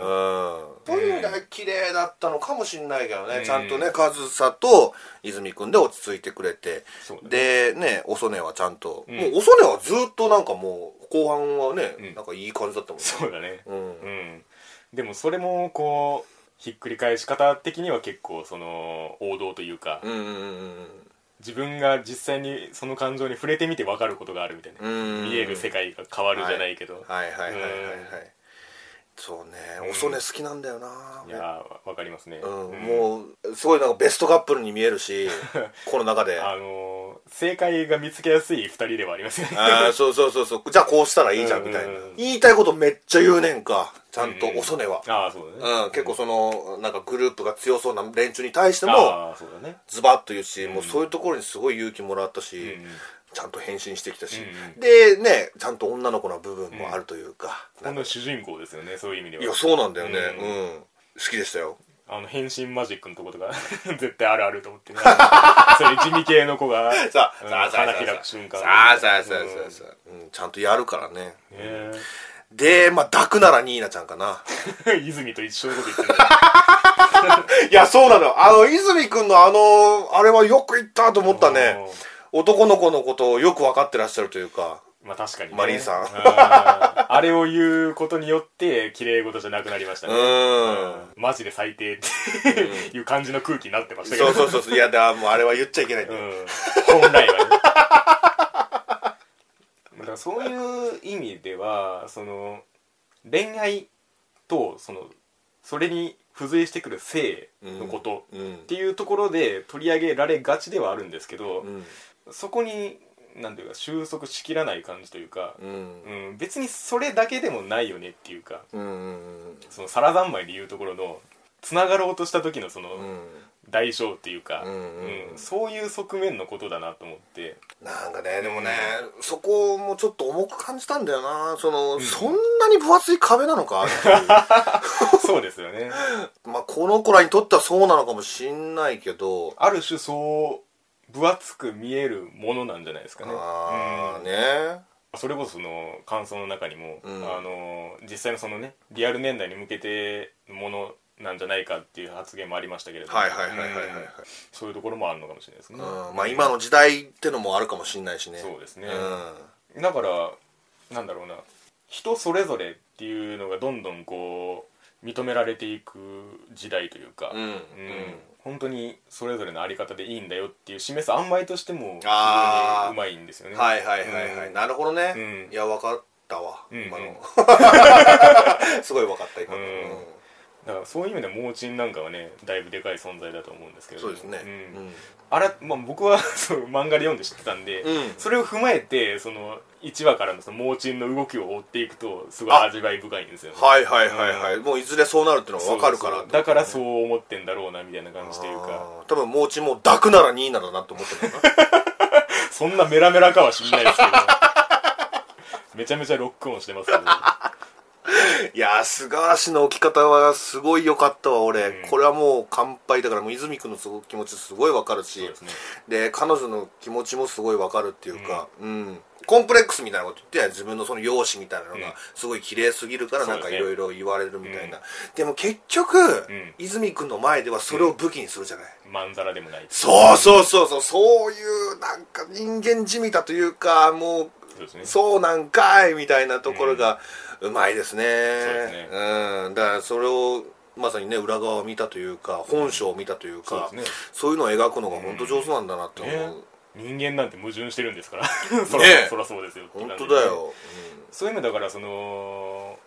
[SPEAKER 1] う
[SPEAKER 2] うん、そういう意味では綺麗だったのかもしんないけどね、
[SPEAKER 1] うん
[SPEAKER 2] ちゃんとね上総と泉くんで落ち着いてくれて
[SPEAKER 1] そうだね
[SPEAKER 2] でねお曽根はちゃんと、
[SPEAKER 1] うん
[SPEAKER 2] もうお曽根はずっとなんかもう後半はね、
[SPEAKER 1] うん
[SPEAKER 2] なんかいい感じだったもんね
[SPEAKER 1] そうだね
[SPEAKER 2] うん
[SPEAKER 1] うんでもそれもこうひっくり返し方的には結構その王道というか、
[SPEAKER 2] うんうんうん
[SPEAKER 1] 自分が実際にその感情に触れてみて分かることがあるみたいな、
[SPEAKER 2] うん
[SPEAKER 1] 見える世界が変わるじゃないけど、
[SPEAKER 2] はいはいはいはいはい
[SPEAKER 1] うん
[SPEAKER 2] そうね
[SPEAKER 1] うん
[SPEAKER 2] お曽根好きなんだよな、
[SPEAKER 1] い、やー分かりますね、
[SPEAKER 2] うん
[SPEAKER 1] うん
[SPEAKER 2] もうすごいなんかベストカップルに見える しこの中で
[SPEAKER 1] あのー正解が見つけやすい2人ではありますよね
[SPEAKER 2] あーそうそうそうそうじゃあこうしたらいいじゃんみたいな、
[SPEAKER 1] うんうんうん
[SPEAKER 2] 言いたいことめっちゃ言うねんかちゃんと
[SPEAKER 1] うんうん
[SPEAKER 2] お曽根は、
[SPEAKER 1] ああそう
[SPEAKER 2] うん
[SPEAKER 1] だね、
[SPEAKER 2] 結構そのなんかグループが強そうな連中に対しても
[SPEAKER 1] ああそうだね
[SPEAKER 2] ズバッと言うし、もううんそういうところにすごい勇気もらったし、
[SPEAKER 1] うん
[SPEAKER 2] ちゃんと返信してきたし、
[SPEAKER 1] うんうん
[SPEAKER 2] でねちゃんと女の子の部分もあるというか、
[SPEAKER 1] この主人公ですよねそういう意味
[SPEAKER 2] い
[SPEAKER 1] で
[SPEAKER 2] や
[SPEAKER 1] は
[SPEAKER 2] そうなんだよねう、
[SPEAKER 1] うん
[SPEAKER 2] 好きでしたよ
[SPEAKER 1] あの変身マジックのとことか 絶対あるあると思ってね そういう地味系の子が
[SPEAKER 2] さあ
[SPEAKER 1] うん
[SPEAKER 2] さあさあ
[SPEAKER 1] 花開く瞬間
[SPEAKER 2] さあさあさあさ
[SPEAKER 1] う
[SPEAKER 2] あ
[SPEAKER 1] ん
[SPEAKER 2] さあうんちゃんとやるからね
[SPEAKER 1] ね
[SPEAKER 2] でまあ抱くならニーナちゃんかな
[SPEAKER 1] え 泉と一緒のこと言 ってる
[SPEAKER 2] いやそうなのよあの泉くんのあのあれはよく言ったと思ったね男の子のことをよく分かってらっしゃるというか
[SPEAKER 1] まあ確かにね
[SPEAKER 2] マリーさん
[SPEAKER 1] うんあれを言うことによって綺麗事じゃなくなりました
[SPEAKER 2] う
[SPEAKER 1] ね
[SPEAKER 2] ん
[SPEAKER 1] マジで最低っていう感じの空気になってましたけど
[SPEAKER 2] そうそうそうそういやだもうあれは言っちゃいけないんだよ
[SPEAKER 1] うん本来はね だからそういう意味ではその恋愛とそのそれに付随してくる性のこと
[SPEAKER 2] うん
[SPEAKER 1] っていうところで取り上げられがちではあるんですけど、
[SPEAKER 2] うん
[SPEAKER 1] そこに何ていうか収束しきらない感じというか、
[SPEAKER 2] う
[SPEAKER 1] う
[SPEAKER 2] ん
[SPEAKER 1] ん、別にそれだけでもないよねっていうか
[SPEAKER 2] うんうん
[SPEAKER 1] その皿三昧で言うところのつながろうとした時のその
[SPEAKER 2] うん
[SPEAKER 1] 代償っていうか、
[SPEAKER 2] うんう
[SPEAKER 1] う
[SPEAKER 2] ん
[SPEAKER 1] んそういう側面のことだなと思って
[SPEAKER 2] なんかねでもね、そこもちょっと重く感じたんだよなその、そんなに分厚い壁なのかっていう
[SPEAKER 1] そうですよね
[SPEAKER 2] まあ、この子らにとってはそうなのかもしんないけど、
[SPEAKER 1] ある種そう分厚く見えるものなんじゃないですかね
[SPEAKER 2] ああ
[SPEAKER 1] うん
[SPEAKER 2] ね、
[SPEAKER 1] それこそその感想の中にも、
[SPEAKER 2] うん
[SPEAKER 1] あの実際のそのねリアル年代に向けてのものなんじゃないかっていう発言もありましたけれども
[SPEAKER 2] はいはいはいはいはいはい
[SPEAKER 1] うんそういうところもあるのかもしれないですね、
[SPEAKER 2] うんまあ今の時代ってのもあるかもしんないしね
[SPEAKER 1] そうですね
[SPEAKER 2] う
[SPEAKER 1] だからなんだろうな人それぞれっていうのがどんどんこう認められていく時代というか、
[SPEAKER 2] んうん、うん
[SPEAKER 1] 本当にそれぞれのあり方でいいんだよっていう示す塩梅としても非常
[SPEAKER 2] あー
[SPEAKER 1] にうまいんですよね
[SPEAKER 2] はいはいはいはい、
[SPEAKER 1] うん
[SPEAKER 2] なるほどね、
[SPEAKER 1] うん
[SPEAKER 2] いや分かったわ、
[SPEAKER 1] うん
[SPEAKER 2] 今のすごい分かった今の、
[SPEAKER 1] うん
[SPEAKER 2] うん
[SPEAKER 1] だからそういう意味ではモーチンなんかはねだいぶでかい存在だと思うんですけれど
[SPEAKER 2] そう
[SPEAKER 1] も
[SPEAKER 2] ですね
[SPEAKER 1] ん
[SPEAKER 2] うん
[SPEAKER 1] あら、まあ、僕は そう漫画で読んで知ってたんで、
[SPEAKER 2] うん
[SPEAKER 1] それを踏まえてその1話からのそのモーチンの動きを追っていくとすごい味わい深いんですよね
[SPEAKER 2] はいはいはいはい、もういずれそうなるってのは分かるか
[SPEAKER 1] そ
[SPEAKER 2] ら
[SPEAKER 1] うそうだからそう思ってんだろうなみたいな感じというか
[SPEAKER 2] あー多分もうちもう抱くなら2位ならなって思ってるのかな
[SPEAKER 1] そんな メラメラかは知んないですけどめちゃめちゃロックオンしてますけど
[SPEAKER 2] いやー、菅嵐の置き方はすごい良かったわ、俺。
[SPEAKER 1] うん
[SPEAKER 2] これはもう完敗だから、もう泉君のすごく気持ちすごいわかるし、
[SPEAKER 1] そうですね
[SPEAKER 2] で彼女の気持ちもすごいわかるっていうか、うんコンプレックスみたいなこと言って自分のその容姿みたいなの
[SPEAKER 1] うん
[SPEAKER 2] がすごい綺麗すぎるから
[SPEAKER 1] そう
[SPEAKER 2] なん
[SPEAKER 1] です
[SPEAKER 2] か
[SPEAKER 1] ね
[SPEAKER 2] いろいろ言われるみたいな、
[SPEAKER 1] うん
[SPEAKER 2] でも結局、
[SPEAKER 1] ん
[SPEAKER 2] 泉君の前ではそれを武器にするじゃない、
[SPEAKER 1] まんざらでもない
[SPEAKER 2] そうそうそうそうそういうなんか人間じみたというかもう
[SPEAKER 1] そうですね
[SPEAKER 2] そうなんかいみたいなところがうまいですね,、
[SPEAKER 1] そうですね
[SPEAKER 2] うんだからそれをまさにね裏側を見たというか本性を見たというか、
[SPEAKER 1] そうですね
[SPEAKER 2] そういうのを描くのが本当上手なんだなって思う、
[SPEAKER 1] ね人間なんて矛盾してるんですから そら、
[SPEAKER 2] ねえ
[SPEAKER 1] そらそうですよ
[SPEAKER 2] 本当だよ、
[SPEAKER 1] そういうのだからその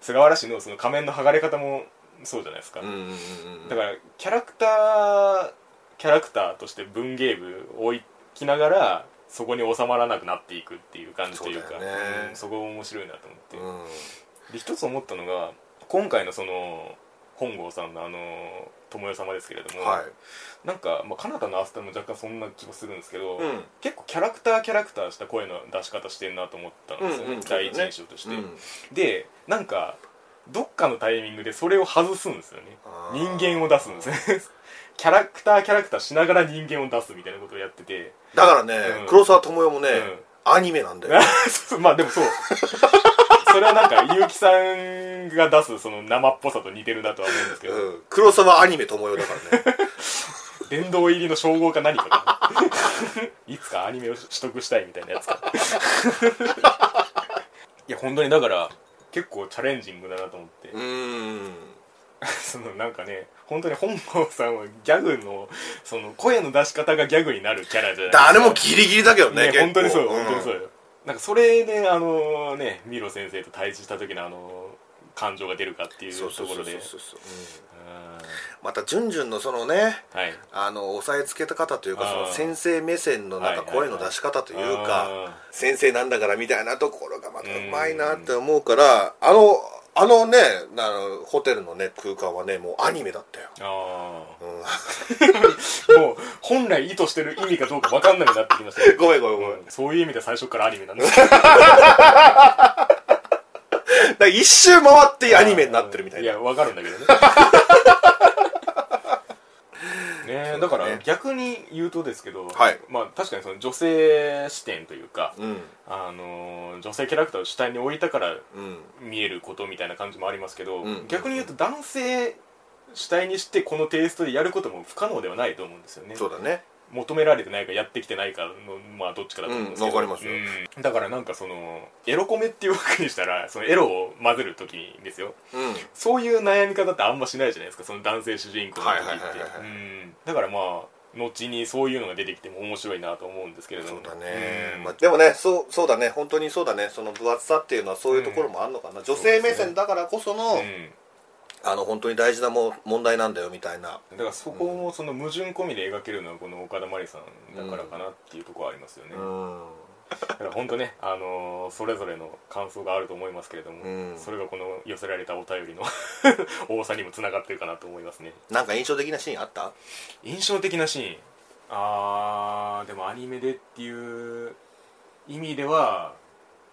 [SPEAKER 1] 菅原氏のその仮面の剥がれ方もそうじゃないですか、
[SPEAKER 2] うん、うんうんうん
[SPEAKER 1] だからキャラクターキャラクターとして文芸部を置きながらそこに収まらなくなっていくっていう感じというか
[SPEAKER 2] そうだよね
[SPEAKER 1] んそこも面白いなと思って、
[SPEAKER 2] うん
[SPEAKER 1] で一つ思ったのが今回のその本郷さんのあの友よ様ですけれども、
[SPEAKER 2] はい
[SPEAKER 1] なんか、まあ、カナダのアスタも若干そんな気がするんですけど、
[SPEAKER 2] うん
[SPEAKER 1] 結構キャラクターキャラクターした声の出し方してんなと思ったんですよね、
[SPEAKER 2] うんうん
[SPEAKER 1] 第一印象として、
[SPEAKER 2] うん
[SPEAKER 1] でなんかどっかのタイミングでそれを外すんですよね
[SPEAKER 2] あ
[SPEAKER 1] 人
[SPEAKER 2] ー
[SPEAKER 1] 間を出すんですね キャラクターキャラクターしながら人間を出すみたいなことをやってて、
[SPEAKER 2] だからね、
[SPEAKER 1] うん
[SPEAKER 2] 黒沢智代もね、
[SPEAKER 1] うん
[SPEAKER 2] アニメなんだよ
[SPEAKER 1] まあでもそうそれはなんか結城さんが出すその生っぽさと似てるなとは思うんですけど、
[SPEAKER 2] うん黒沢アニメ智代 だからね
[SPEAKER 1] 殿堂入りの称号か何かか いつかアニメを取得したいみたいなや つかいや本当にだから結構チャレンジングだなと思って、
[SPEAKER 2] うーん
[SPEAKER 1] そのなんかね本当に本郷さんはギャグのその声の出し方がギャグになるキャラじゃない
[SPEAKER 2] 誰もギリギリだけど
[SPEAKER 1] ね
[SPEAKER 2] ね結構
[SPEAKER 1] 本当にそう、
[SPEAKER 2] ん
[SPEAKER 1] 本当にそうよなんかそれであのねミロ先生と対峙した時のあの感情が出るかっていう
[SPEAKER 2] そうそ
[SPEAKER 1] と
[SPEAKER 2] う
[SPEAKER 1] こ
[SPEAKER 2] そ
[SPEAKER 1] ろ
[SPEAKER 2] うそう
[SPEAKER 1] で
[SPEAKER 2] そうそううん
[SPEAKER 1] うん
[SPEAKER 2] またジュンジュンのそのね
[SPEAKER 1] はい
[SPEAKER 2] あの押さえつけた方というかそ
[SPEAKER 1] あー
[SPEAKER 2] の先生目線のなんか
[SPEAKER 1] はいはいは
[SPEAKER 2] 声
[SPEAKER 1] い
[SPEAKER 2] の出し方というか、
[SPEAKER 1] あ
[SPEAKER 2] 先生なんだからみたいなところがまたうまいなって思うからあのあのねあのホテルのね空間はねもうアニメだったよ、
[SPEAKER 1] ーあー
[SPEAKER 2] う
[SPEAKER 1] もう本来意図してる意味かどうか分かんなくなってきましたね
[SPEAKER 2] んごめんごめんごめん、
[SPEAKER 1] うんそういう意味で最初からアニメなんですけど
[SPEAKER 2] だから一周回ってアニメになってるみた
[SPEAKER 1] い
[SPEAKER 2] いな
[SPEAKER 1] や分かるんだけど ねねえだから逆に言うとですけど、
[SPEAKER 2] はい
[SPEAKER 1] まあ確かにその女性視点というか、
[SPEAKER 2] うん
[SPEAKER 1] あのー女性キャラクターを主体に置いたから
[SPEAKER 2] うん
[SPEAKER 1] 見えることみたいな感じもありますけど、
[SPEAKER 2] うん
[SPEAKER 1] 逆に言うと男性主体にしてこのテイストでやることも不可能ではないと思うんですよね
[SPEAKER 2] そうだね
[SPEAKER 1] 求められてないかやってきてないかのまあどっちかだと思うんですけど、
[SPEAKER 2] うんわかりますよ
[SPEAKER 1] うんだからなんかそのエロコメっていう枠にしたらそのエロを混ぜる時にですよ
[SPEAKER 2] うん
[SPEAKER 1] そういう悩み方ってあんましないじゃないですかその男性主人公の時
[SPEAKER 2] はい
[SPEAKER 1] っ
[SPEAKER 2] はい
[SPEAKER 1] て
[SPEAKER 2] はいはいはい
[SPEAKER 1] うんだからまあ後にそういうのが出てきても面白いなと思うんですけれど
[SPEAKER 2] そ
[SPEAKER 1] も
[SPEAKER 2] うだね、
[SPEAKER 1] うん
[SPEAKER 2] まあ、でもねそうそうだね本当にそうだねその分厚さっていうのはそういうところもあるのかな、女性目線だからこそ
[SPEAKER 1] う
[SPEAKER 2] の、
[SPEAKER 1] ん
[SPEAKER 2] あの本当に大事なも問題なんだよみたいな
[SPEAKER 1] だからそこもその矛盾込みで描けるのはこの岡田真理さんだからかなっていうところはありますよね、
[SPEAKER 2] うん
[SPEAKER 1] だから本当ね、あのーそれぞれの感想があると思いますけれども、
[SPEAKER 2] うん
[SPEAKER 1] それがこの寄せられたお便りの 多さにもつながってるかなと思いますね
[SPEAKER 2] なんか印象的なシーンあった
[SPEAKER 1] 印象的なシーンあーでもアニメでっていう意味では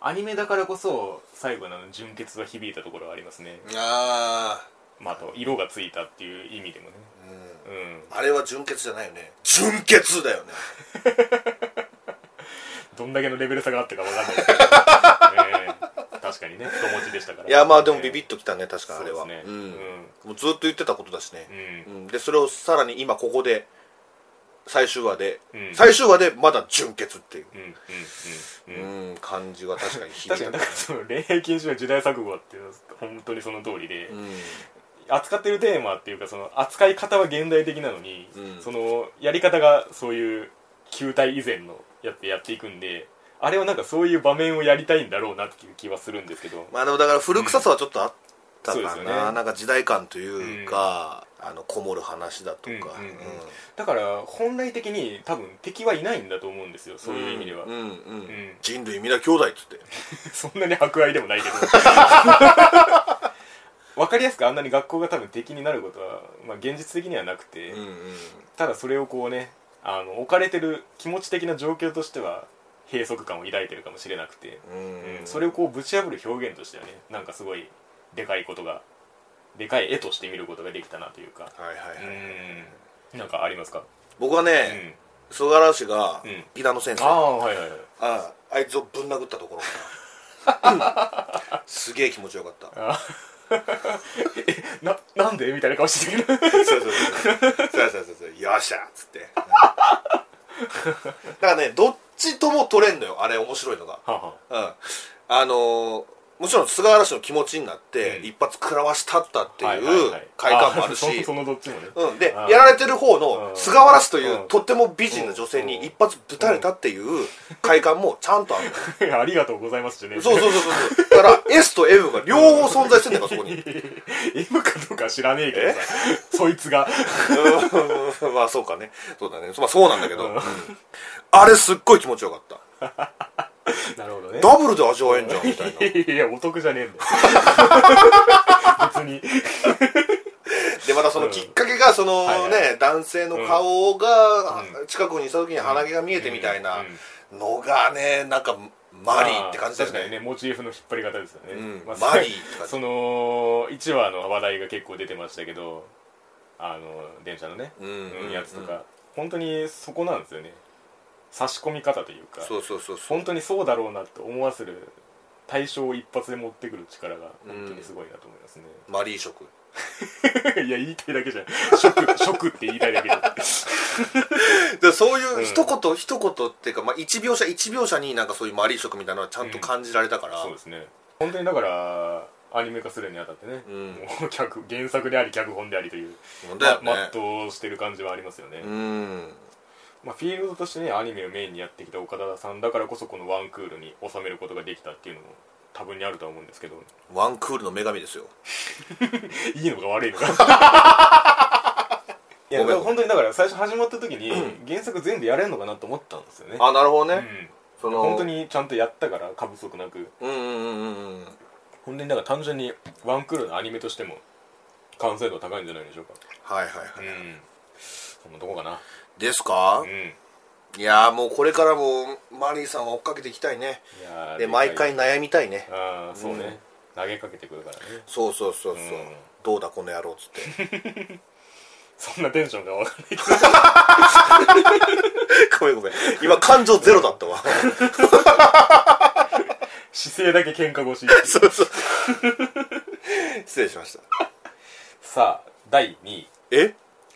[SPEAKER 1] アニメだからこそ最後のあの純潔が響いたところはありますね、
[SPEAKER 2] ああ
[SPEAKER 1] まあ、あと色がついたっていう意味でもね
[SPEAKER 2] うん
[SPEAKER 1] うん
[SPEAKER 2] あれは純潔じゃないよね純潔だよね
[SPEAKER 1] どんだけのレベル差があったか わかんないですけど、ええ確かにね太持ちでしたから
[SPEAKER 2] いやまあでもビビッときたね確かにあれは
[SPEAKER 1] そうです
[SPEAKER 2] う
[SPEAKER 1] ねう
[SPEAKER 2] ん
[SPEAKER 1] ん
[SPEAKER 2] もうずっと言ってたことだしね、
[SPEAKER 1] うん
[SPEAKER 2] うんでそれをさらに今ここで最終話で、
[SPEAKER 1] うん
[SPEAKER 2] 最終話でまだ純潔っていう、
[SPEAKER 1] うんうんうんうん
[SPEAKER 2] うん、感じは確かに響
[SPEAKER 1] 確
[SPEAKER 2] い
[SPEAKER 1] か
[SPEAKER 2] た
[SPEAKER 1] にだからその恋愛禁止の時代錯誤っていうのは本当にその通りで、
[SPEAKER 2] う
[SPEAKER 1] 扱ってるテーマっていうかその扱い方は現代的なのに、
[SPEAKER 2] うん
[SPEAKER 1] そのやり方がそういう球体以前のやってやっていくんであれはなんかそういう場面をやりたいんだろうなっていう気はするんですけど
[SPEAKER 2] ん、まあでもだから古臭さはちょっとあったか
[SPEAKER 1] うん
[SPEAKER 2] な、
[SPEAKER 1] そうですよね
[SPEAKER 2] なんか時代感というか、あのこもる話だとか、
[SPEAKER 1] うんうんうんだから本来的に多分敵はいないんだと思うんですよそういう意味では、
[SPEAKER 2] うんうん
[SPEAKER 1] ん
[SPEAKER 2] 人類皆兄弟っつって
[SPEAKER 1] そんなに博愛でもない けどわかりやすくあんなに学校が多分敵になることは、まあ、現実的にはなくて、
[SPEAKER 2] うんうん
[SPEAKER 1] ただそれをこうねあの置かれてる気持ち的な状況としては閉塞感を抱いてるかもしれなくて、
[SPEAKER 2] うん
[SPEAKER 1] うんそれをこうぶち破る表現としてはねなんかすごいでかいことがでかい絵として見ることができたなというか
[SPEAKER 2] はいは
[SPEAKER 1] う
[SPEAKER 2] いはい、
[SPEAKER 1] ーんなんかありますか
[SPEAKER 2] 僕は
[SPEAKER 1] う
[SPEAKER 2] ね
[SPEAKER 1] ん
[SPEAKER 2] 菅原氏が
[SPEAKER 1] うん
[SPEAKER 2] 平野先生、
[SPEAKER 1] ああはいはいはい
[SPEAKER 2] あああいつをぶん殴ったところから、うんすげえ気持ちよかった
[SPEAKER 1] あえななんでみたいな顔してるけど
[SPEAKER 2] そうそうそうそうそうそうそうよっしゃっつってだからねどっちとも取れんのよあれ面白いのが
[SPEAKER 1] はは
[SPEAKER 2] うんあのーもちろん菅原氏の気持ちになって、
[SPEAKER 1] うん
[SPEAKER 2] 一発食らわしたったって
[SPEAKER 1] はいはは
[SPEAKER 2] う
[SPEAKER 1] はい
[SPEAKER 2] 快感もあるし
[SPEAKER 1] そそのどっちもね
[SPEAKER 2] うん、で
[SPEAKER 1] あー
[SPEAKER 2] やられてる方
[SPEAKER 1] う
[SPEAKER 2] の
[SPEAKER 1] ん
[SPEAKER 2] 菅原氏という
[SPEAKER 1] うん
[SPEAKER 2] とっても美人の女性
[SPEAKER 1] うん
[SPEAKER 2] に一発ぶたれたっていう快感もちゃんとあ る
[SPEAKER 1] ありがとうございますってね
[SPEAKER 2] そうそうそうそうだから S と M が両方存在してんだからそこに
[SPEAKER 1] M かどうかは知らねえけどさそいつ が
[SPEAKER 2] うんまあそうかねそうだねまあそうなんだけど、うんあれすっごい気持ちよかった
[SPEAKER 1] なるほどね
[SPEAKER 2] ダブルで味わえんじゃんみ たいな
[SPEAKER 1] いやいやお得じゃねえ んだよ別に
[SPEAKER 2] でまたそのきっかけがその
[SPEAKER 1] はいはい
[SPEAKER 2] ね男性の顔が
[SPEAKER 1] う
[SPEAKER 2] 近くにいた時に鼻毛が見えてみたいな
[SPEAKER 1] うんうん
[SPEAKER 2] のがねなんかマリーって感じだよ
[SPEAKER 1] 確かに
[SPEAKER 2] ね
[SPEAKER 1] ねモチーフの引っ張り方ですよね、
[SPEAKER 2] うん
[SPEAKER 1] まあ
[SPEAKER 2] マリーって感じ
[SPEAKER 1] その1話の話題が結構出てましたけどあの電車のね、
[SPEAKER 2] うん
[SPEAKER 1] うんやつとか、本当にそこなんですよね差し込み方というか
[SPEAKER 2] そうそうそうそう
[SPEAKER 1] 本当にそうだろうなと思わせる対象を一発で持ってくる力が本当にすごいなと思いますね、
[SPEAKER 2] マリー色
[SPEAKER 1] いや言いたいだけじゃん「食」食って言いたいだけじゃん
[SPEAKER 2] でそういううん一言一言っていうか、まあ、1描写1描写になんかそういうマリー色みたいなのはちゃんと感じられたから、
[SPEAKER 1] そうですね本当にだからアニメ化するにあたってね、
[SPEAKER 2] うん
[SPEAKER 1] もう脚原作であり脚本でありという、
[SPEAKER 2] ほんだよ
[SPEAKER 1] ま
[SPEAKER 2] ね、
[SPEAKER 1] 全うしてる感じはありますよね、
[SPEAKER 2] うん
[SPEAKER 1] まあ、フィールドとしてねアニメをメインにやってきた岡田さんだからこそこのワンクールに収めることができたっていうのも多分にあるとは思うんですけど
[SPEAKER 2] ワンクールの女神ですよ
[SPEAKER 1] いいのか悪いのかいや
[SPEAKER 2] ごめん
[SPEAKER 1] 本当にだから最初始まった時に原作全部やれんのかなと思ったんですよね
[SPEAKER 2] あなるほど
[SPEAKER 1] う
[SPEAKER 2] ね、
[SPEAKER 1] ん
[SPEAKER 2] その
[SPEAKER 1] 本当にちゃんとやったから過不足なく
[SPEAKER 2] うんうんうんうんうん
[SPEAKER 1] 本当にだから単純にワンクールのアニメとしても完成度高いんじゃないでしょうか
[SPEAKER 2] はいはいはい、
[SPEAKER 1] うんそんなとこかな
[SPEAKER 2] ですか
[SPEAKER 1] う、んい
[SPEAKER 2] いやーもうこれからもマリーさんは追っかけていきたいね
[SPEAKER 1] やー
[SPEAKER 2] で
[SPEAKER 1] かい
[SPEAKER 2] 毎回悩みたいね
[SPEAKER 1] ああそうね、
[SPEAKER 2] うん
[SPEAKER 1] 投げかけてくるからね
[SPEAKER 2] そうそうそうそう、
[SPEAKER 1] うん
[SPEAKER 2] どうだこの野郎っつって
[SPEAKER 1] そんなテンションがわかんないけど
[SPEAKER 2] ごめんごめん今感情ゼロだった わ
[SPEAKER 1] 姿勢だけ喧嘩腰
[SPEAKER 2] そうそう失礼しました
[SPEAKER 1] さあ第2位
[SPEAKER 2] え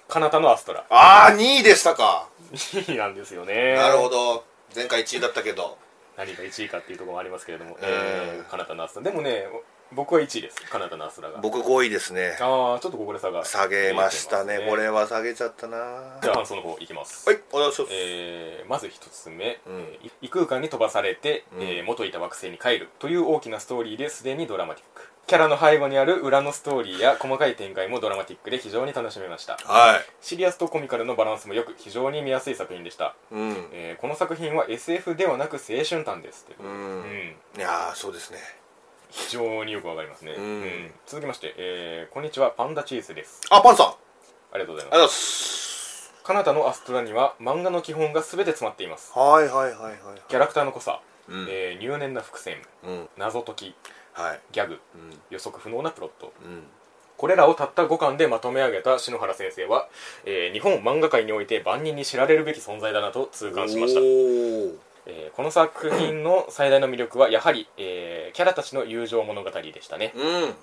[SPEAKER 1] カナタのアストラ
[SPEAKER 2] ああ2位でしたか、
[SPEAKER 1] 2位なんですよね
[SPEAKER 2] なるほ
[SPEAKER 1] ど
[SPEAKER 2] ど前回1位だったけど
[SPEAKER 1] 何が1位かっていうところもありますけれども、
[SPEAKER 2] え
[SPEAKER 1] えーカナタのアストラでもね僕は1位ですカナタのアストラがあ
[SPEAKER 2] 僕5位ですね
[SPEAKER 1] あーちょっとここで差が
[SPEAKER 2] 下げましたね
[SPEAKER 1] 出てま
[SPEAKER 2] こ
[SPEAKER 1] す
[SPEAKER 2] れは下げちゃったなは
[SPEAKER 1] じゃあ感想の方いきます
[SPEAKER 2] いお願いします、
[SPEAKER 1] えーまず一つ目、
[SPEAKER 2] うん
[SPEAKER 1] えー異空間に飛ばされて、
[SPEAKER 2] うん
[SPEAKER 1] えー元いた惑星に帰るという大きなストーリーですでにドラマティックキャラの背後にある裏のストーリーや細かい展開もドラマティックで非常に楽しめました
[SPEAKER 2] はい
[SPEAKER 1] シリアスとコミカルのバランスも良く非常に見やすい作品でした、
[SPEAKER 2] うん、
[SPEAKER 1] えーこの作品は SF ではなく青春譚ですという
[SPEAKER 2] う
[SPEAKER 1] うんん
[SPEAKER 2] いやーそうですね
[SPEAKER 1] 非常によくわかりますね、
[SPEAKER 2] うん
[SPEAKER 1] 続きまして、えーこんにちはパンダチーズです
[SPEAKER 2] あパンさんあ
[SPEAKER 1] ありがとうござい
[SPEAKER 2] りがとうご
[SPEAKER 1] ます
[SPEAKER 2] ざいます
[SPEAKER 1] カナタのアストラには漫画の基本が全て詰まっています
[SPEAKER 2] はいはいはいはいはい
[SPEAKER 1] キャラクターの濃さ、
[SPEAKER 2] うん
[SPEAKER 1] えー入念な伏線
[SPEAKER 2] うん
[SPEAKER 1] 謎解き
[SPEAKER 2] はい
[SPEAKER 1] ギャグ
[SPEAKER 2] うん
[SPEAKER 1] 予測不能なプロット
[SPEAKER 2] うん
[SPEAKER 1] これらをたった5巻でまとめ上げた篠原先生は、えー日本漫画界において万人に知られるべき存在だなと痛感しました
[SPEAKER 2] お、ー
[SPEAKER 1] えーこの作品の最大の魅力はやはり、えーキャラたちの友情物語でしたね、
[SPEAKER 2] うん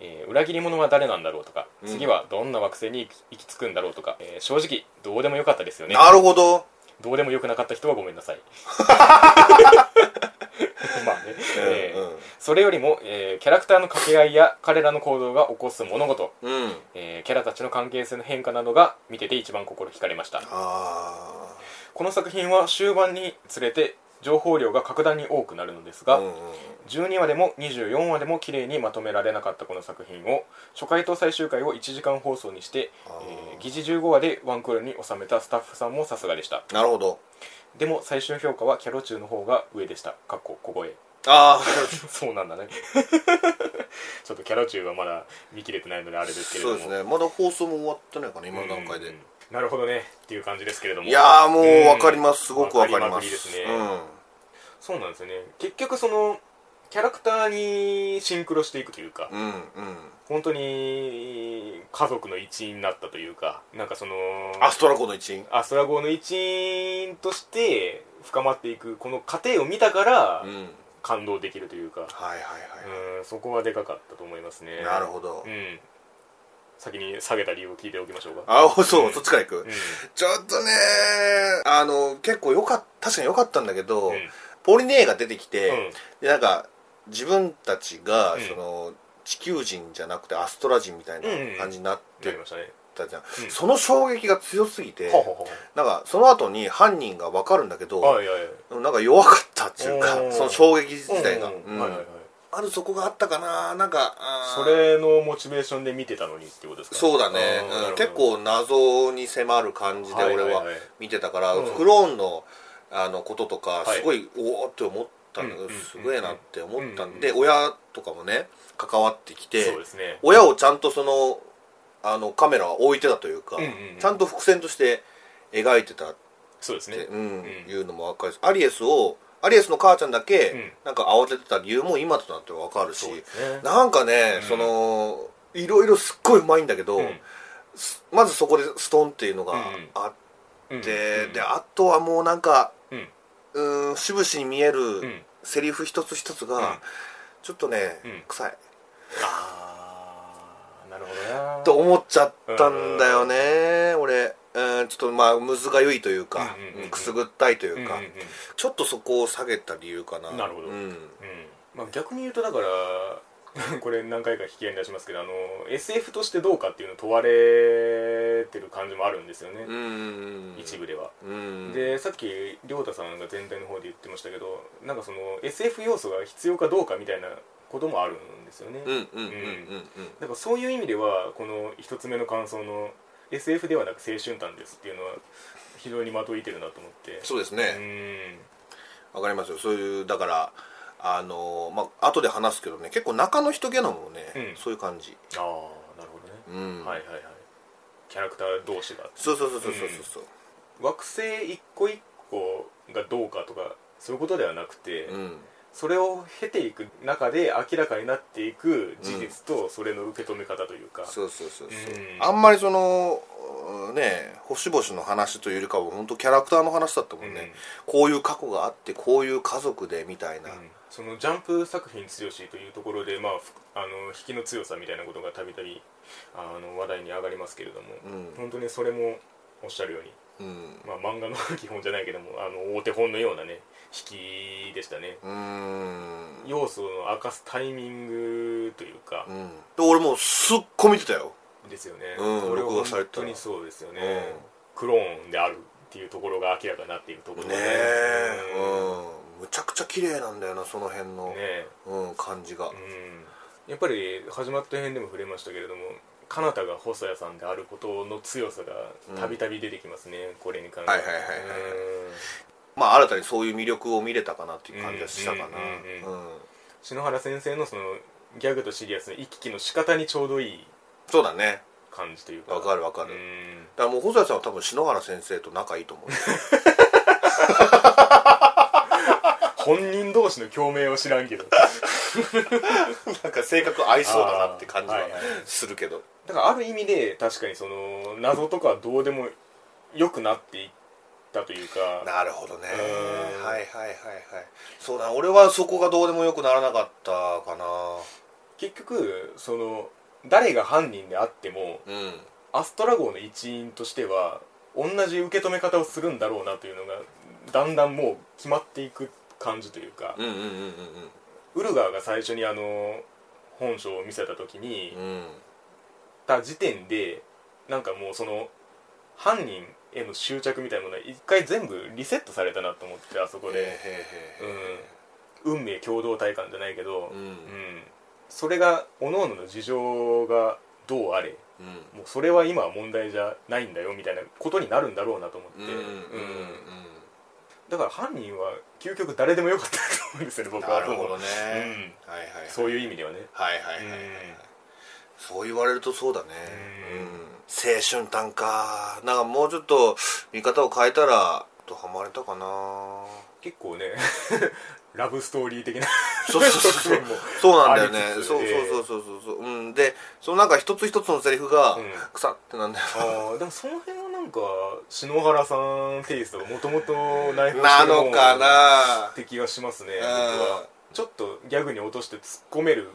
[SPEAKER 1] えー裏切り者は誰なんだろうとか
[SPEAKER 2] うん
[SPEAKER 1] 次はどんな惑星に行き行き着くんだろうとか、えー正直どうでもよかったですよね
[SPEAKER 2] なるほど
[SPEAKER 1] どうでもよくなかった人はごめん なさいまあね、えーそれよりも、えーキャラクターの掛け合いや彼らの行動が起こす物事、
[SPEAKER 2] うんうん
[SPEAKER 1] えーキャラたちの関係性の変化などが見てて一番心惹かれました
[SPEAKER 2] あ
[SPEAKER 1] この作品は終盤につれて情報量が格段に多くなるのです
[SPEAKER 2] あ
[SPEAKER 1] が、12話でも24話でも綺麗にまとめられなかったこの作品を初回と最終回を1時間放送にして、えー疑似15話でワンクールに収めたスタッフさんもさすがでした
[SPEAKER 2] なるほど
[SPEAKER 1] でも最終評価はキャロ中の方が上でしたかっこ小声
[SPEAKER 2] あ
[SPEAKER 1] そうなんだ ねちょっとキャロ中はまだ見切れてないのであれで
[SPEAKER 2] あ
[SPEAKER 1] すけれ
[SPEAKER 2] そ
[SPEAKER 1] ど
[SPEAKER 2] う
[SPEAKER 1] も
[SPEAKER 2] ですねまだ放送も終わってないかな今の段階
[SPEAKER 1] う
[SPEAKER 2] で
[SPEAKER 1] んなるほどねっていう感じですけれども
[SPEAKER 2] いやーもうわかり
[SPEAKER 1] ん
[SPEAKER 2] ますすごくわかり
[SPEAKER 1] わ
[SPEAKER 2] ま
[SPEAKER 1] かりまくりです
[SPEAKER 2] す
[SPEAKER 1] ね
[SPEAKER 2] うん
[SPEAKER 1] そうなんですよね結局そのキャラクターにシンクロしていくというか、
[SPEAKER 2] うんうん
[SPEAKER 1] 本当に家族の一員になったというかなんかその
[SPEAKER 2] アストラコの一員
[SPEAKER 1] アストラ号の一員として深まっていくこの過程を見たから
[SPEAKER 2] うん
[SPEAKER 1] 感動できるというか、
[SPEAKER 2] はいはいは
[SPEAKER 1] うん、そこはでかかったと思います
[SPEAKER 2] い、
[SPEAKER 1] ね
[SPEAKER 2] なるほど、
[SPEAKER 1] うん、先に下げた理由を聞いておきましょうか
[SPEAKER 2] あそう、
[SPEAKER 1] うん
[SPEAKER 2] そっちから行く、
[SPEAKER 1] うん
[SPEAKER 2] ちょっとねあの結構よかった確かに良かったんだけど、
[SPEAKER 1] うん
[SPEAKER 2] ポリネーが出てき
[SPEAKER 1] う
[SPEAKER 2] て、
[SPEAKER 1] ん
[SPEAKER 2] でなんか自分たちが、
[SPEAKER 1] うん
[SPEAKER 2] その地球人じゃなくてアストラ人みたいな
[SPEAKER 1] うんうん
[SPEAKER 2] 感じになっ
[SPEAKER 1] なり
[SPEAKER 2] て
[SPEAKER 1] ましたね
[SPEAKER 2] たじゃん、
[SPEAKER 1] うん
[SPEAKER 2] その衝撃が強すぎて、
[SPEAKER 1] はあは
[SPEAKER 2] なんかその後に犯人が分かるんだけど、
[SPEAKER 1] あはあはいはいはい
[SPEAKER 2] なんか弱かったっていう
[SPEAKER 1] おー
[SPEAKER 2] かその衝撃自体が、
[SPEAKER 1] うん
[SPEAKER 2] うん
[SPEAKER 1] はいはいはい
[SPEAKER 2] あるそこがあったかななんかあー
[SPEAKER 1] それのモチベーションで見てたのにってことですか
[SPEAKER 2] そうだね
[SPEAKER 1] あーなる、
[SPEAKER 2] うん
[SPEAKER 1] ほど
[SPEAKER 2] 結構謎に迫る感じで
[SPEAKER 1] はい
[SPEAKER 2] 俺
[SPEAKER 1] はいはい
[SPEAKER 2] は見てたから、
[SPEAKER 1] うん
[SPEAKER 2] クローンのあのこととか
[SPEAKER 1] はい
[SPEAKER 2] すごい、おおって思ったんだけ
[SPEAKER 1] うん
[SPEAKER 2] ど
[SPEAKER 1] うんうん
[SPEAKER 2] すごいなって思ったんで、
[SPEAKER 1] うん
[SPEAKER 2] 親とかもね関わってき
[SPEAKER 1] そう
[SPEAKER 2] て
[SPEAKER 1] ですね
[SPEAKER 2] 親をちゃんとそのあのカメラは置いてたというか、
[SPEAKER 1] うんうんうん
[SPEAKER 2] ちゃんと伏線として描いてたっ
[SPEAKER 1] そうです
[SPEAKER 2] て、
[SPEAKER 1] ね
[SPEAKER 2] うん
[SPEAKER 1] ん
[SPEAKER 2] いうのも分かるしアリエスをアリエスの母ちゃんだけ、
[SPEAKER 1] うん
[SPEAKER 2] なんか慌ててた理由も今となっては分かるし
[SPEAKER 1] そうですね
[SPEAKER 2] なんかね、
[SPEAKER 1] うん
[SPEAKER 2] そのいろいろすっごいうまいんだけど、
[SPEAKER 1] うん
[SPEAKER 2] すまずそこでストンっていうのが
[SPEAKER 1] うん
[SPEAKER 2] あっ
[SPEAKER 1] うん
[SPEAKER 2] て、
[SPEAKER 1] うん
[SPEAKER 2] であとはもうなんか
[SPEAKER 1] うん
[SPEAKER 2] うーんしぶしに見え
[SPEAKER 1] う
[SPEAKER 2] る
[SPEAKER 1] ん
[SPEAKER 2] セリフ一つ一つが、
[SPEAKER 1] うん
[SPEAKER 2] ちょっとね、
[SPEAKER 1] うん
[SPEAKER 2] 臭い
[SPEAKER 1] ああなるほどな
[SPEAKER 2] と思っちゃったんだよね、俺うんちょっとまあむずがゆいというか、
[SPEAKER 1] うんうんうん
[SPEAKER 2] くすぐったいというか、
[SPEAKER 1] うんうんうん
[SPEAKER 2] ちょっとそこを下げた理由かな
[SPEAKER 1] なるほど
[SPEAKER 2] うん
[SPEAKER 1] うんまあ、逆に言うとだから これ何回か引き合いに出しますけどあの SF としてどうかっていうのを問われてる感じもあるんですよね、
[SPEAKER 2] うん
[SPEAKER 1] 一部では、
[SPEAKER 2] うん
[SPEAKER 1] でさっき亮太さんが全体の方で言ってましたけどなんかその SF 要素が必要かどうかみたいなこともあるんですよね、
[SPEAKER 2] うんうんうんうんうん
[SPEAKER 1] だからそういう意味ではこの一つ目の感想の SF ではなく青春譚ですっていうのは非常にまといてるなと思って
[SPEAKER 2] そうですね、
[SPEAKER 1] うん
[SPEAKER 2] わかりますよそういうだからあのまあ後で話すけどね結構中の人ゲノムもね、
[SPEAKER 1] うん
[SPEAKER 2] そういう感じ
[SPEAKER 1] ああなるほどね、
[SPEAKER 2] うん、
[SPEAKER 1] はいはいはいキャラクター同士が
[SPEAKER 2] そうそうそうそうそうそう
[SPEAKER 1] 惑星一個一個がどうかとかそういうことではなくて、
[SPEAKER 2] そう、うん、
[SPEAKER 1] それを経ていく中で明らかになっていく事実とそれの受け止め方というか、
[SPEAKER 2] そうそうそうそう、
[SPEAKER 1] うん
[SPEAKER 2] あんまりそのうんね星々の話というよりかは本当キャラクターの話だったもんね、こういう過去があってこういう家族でみたいな、
[SPEAKER 1] うんそのジャンプ作品強しというところで、まあ、ふあの引きの強さみたいなことがたびたびあの話題に上がりますけれども、
[SPEAKER 2] うん
[SPEAKER 1] 本当にそれもおっしゃるように、
[SPEAKER 2] うん
[SPEAKER 1] まあ、漫画の基本じゃないけどもあの大手本のようなね引きでしたね
[SPEAKER 2] うーん
[SPEAKER 1] 要素を明かすタイミングというか
[SPEAKER 2] うん、で俺もうすっごい見てたよ
[SPEAKER 1] ですよね、
[SPEAKER 2] うん
[SPEAKER 1] これは
[SPEAKER 2] 録画され
[SPEAKER 1] 本
[SPEAKER 2] てた
[SPEAKER 1] 当にそうですよね、
[SPEAKER 2] うん
[SPEAKER 1] クローンであるっていうところが明らかになっているところ
[SPEAKER 2] ね
[SPEAKER 1] が
[SPEAKER 2] え
[SPEAKER 1] うん
[SPEAKER 2] うん、むちゃくちゃ綺麗なんだよなその辺の、
[SPEAKER 1] ねえ
[SPEAKER 2] うん、感じが、
[SPEAKER 1] うんやっぱり始まった辺でも触れましたけれども彼方が細谷さんであることの強さがたびたび出てきますね、これに関して
[SPEAKER 2] はいはいはいはいはいまあ新たにそういう魅力を見れたかなっていう感じはしたかな
[SPEAKER 1] うんう
[SPEAKER 2] うん
[SPEAKER 1] 篠原先生のそのギャグとシリアスの行き来の仕方にちょうどいい
[SPEAKER 2] そうだね
[SPEAKER 1] 感じというか
[SPEAKER 2] わかるわかる、
[SPEAKER 1] う
[SPEAKER 2] だ
[SPEAKER 1] ん
[SPEAKER 2] からもう細谷さんは多分篠原先生と仲いい と思う
[SPEAKER 1] 本人同士の共鳴を知らんけど
[SPEAKER 2] なんか性格合い
[SPEAKER 1] そうだなって感じは
[SPEAKER 2] するけど
[SPEAKER 1] だからある意味で確かにその謎とかはどうでもよくなっていったというか
[SPEAKER 2] なるほどね
[SPEAKER 1] うん
[SPEAKER 2] はいはいはいはいそうだ俺はそこがどうでもよくならなかったかな
[SPEAKER 1] 結局その誰が犯人であっても
[SPEAKER 2] うん
[SPEAKER 1] アストラ号の一員としては同じ受け止め方をするんだろうなというのがだんだんもう決まっていく感じというか、
[SPEAKER 2] うんうんうん
[SPEAKER 1] ウルガーが最初にあの本書を見せた時に、
[SPEAKER 2] うんうん
[SPEAKER 1] た時点でなんかもうその犯人への執着みたいなものは一回全部リセットされたなと思ってあそこ
[SPEAKER 2] へーへ
[SPEAKER 1] で、
[SPEAKER 2] ーへーへ
[SPEAKER 1] うん、運命共同体感じゃないけど、
[SPEAKER 2] うん
[SPEAKER 1] それが各々の事情がどうあれ
[SPEAKER 2] ーうん
[SPEAKER 1] もうそれは今は問題じゃないんだよみたいなことになるんだろうなと思って、
[SPEAKER 2] うんうんうん
[SPEAKER 1] うんだから犯人は究極誰でもよかったと思うんですよね
[SPEAKER 2] うん
[SPEAKER 1] 僕
[SPEAKER 2] な
[SPEAKER 1] は
[SPEAKER 2] るほどね
[SPEAKER 1] うん
[SPEAKER 2] はいはいはい
[SPEAKER 1] そういう意味ではね
[SPEAKER 2] はいはいはいはい、はい
[SPEAKER 1] うん
[SPEAKER 2] そう言われるとそうだね、
[SPEAKER 1] うん
[SPEAKER 2] うん青春短歌なんかもうちょっと見方を変えたらとハマれたかな
[SPEAKER 1] 結構ね ラブストーリー的な
[SPEAKER 2] そうそうそ う
[SPEAKER 1] 側
[SPEAKER 2] そう
[SPEAKER 1] 面も
[SPEAKER 2] そうなんだよね
[SPEAKER 1] ありつつ
[SPEAKER 2] そう
[SPEAKER 1] ええ
[SPEAKER 2] そうそうそうそうそう、うん、でそのなんか一つ一つのセリフが
[SPEAKER 1] うん
[SPEAKER 2] 「草」ってなんだよ、
[SPEAKER 1] あーでもその辺はなんか篠原さんテイストがもともと内包してる
[SPEAKER 2] なのかな
[SPEAKER 1] って気がしますね、
[SPEAKER 2] ん
[SPEAKER 1] 僕はちょっとギャグに落として突っ込める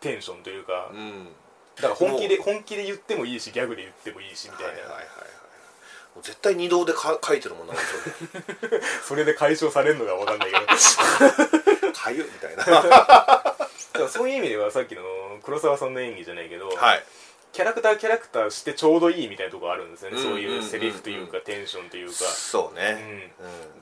[SPEAKER 1] テンションというか、
[SPEAKER 2] うん
[SPEAKER 1] だから本気で
[SPEAKER 2] も
[SPEAKER 1] 本気で言ってもいいしギャグで言ってもいいしみたい
[SPEAKER 2] は
[SPEAKER 1] な、
[SPEAKER 2] いはいはいはいもう絶対二度でか書いてるもんな本当に
[SPEAKER 1] それで解消されるのが分かんないけ ど
[SPEAKER 2] かゆっみたいな は
[SPEAKER 1] だからそういう意味ではさっきの黒沢さんの演技じゃないけど、
[SPEAKER 2] い
[SPEAKER 1] キャラクターキャラクターしてちょうどいいみたいなところあるんですよね、
[SPEAKER 2] うん
[SPEAKER 1] そういうセリフというかテンションというか、
[SPEAKER 2] そう
[SPEAKER 1] う
[SPEAKER 2] ね
[SPEAKER 1] ん、
[SPEAKER 2] うん、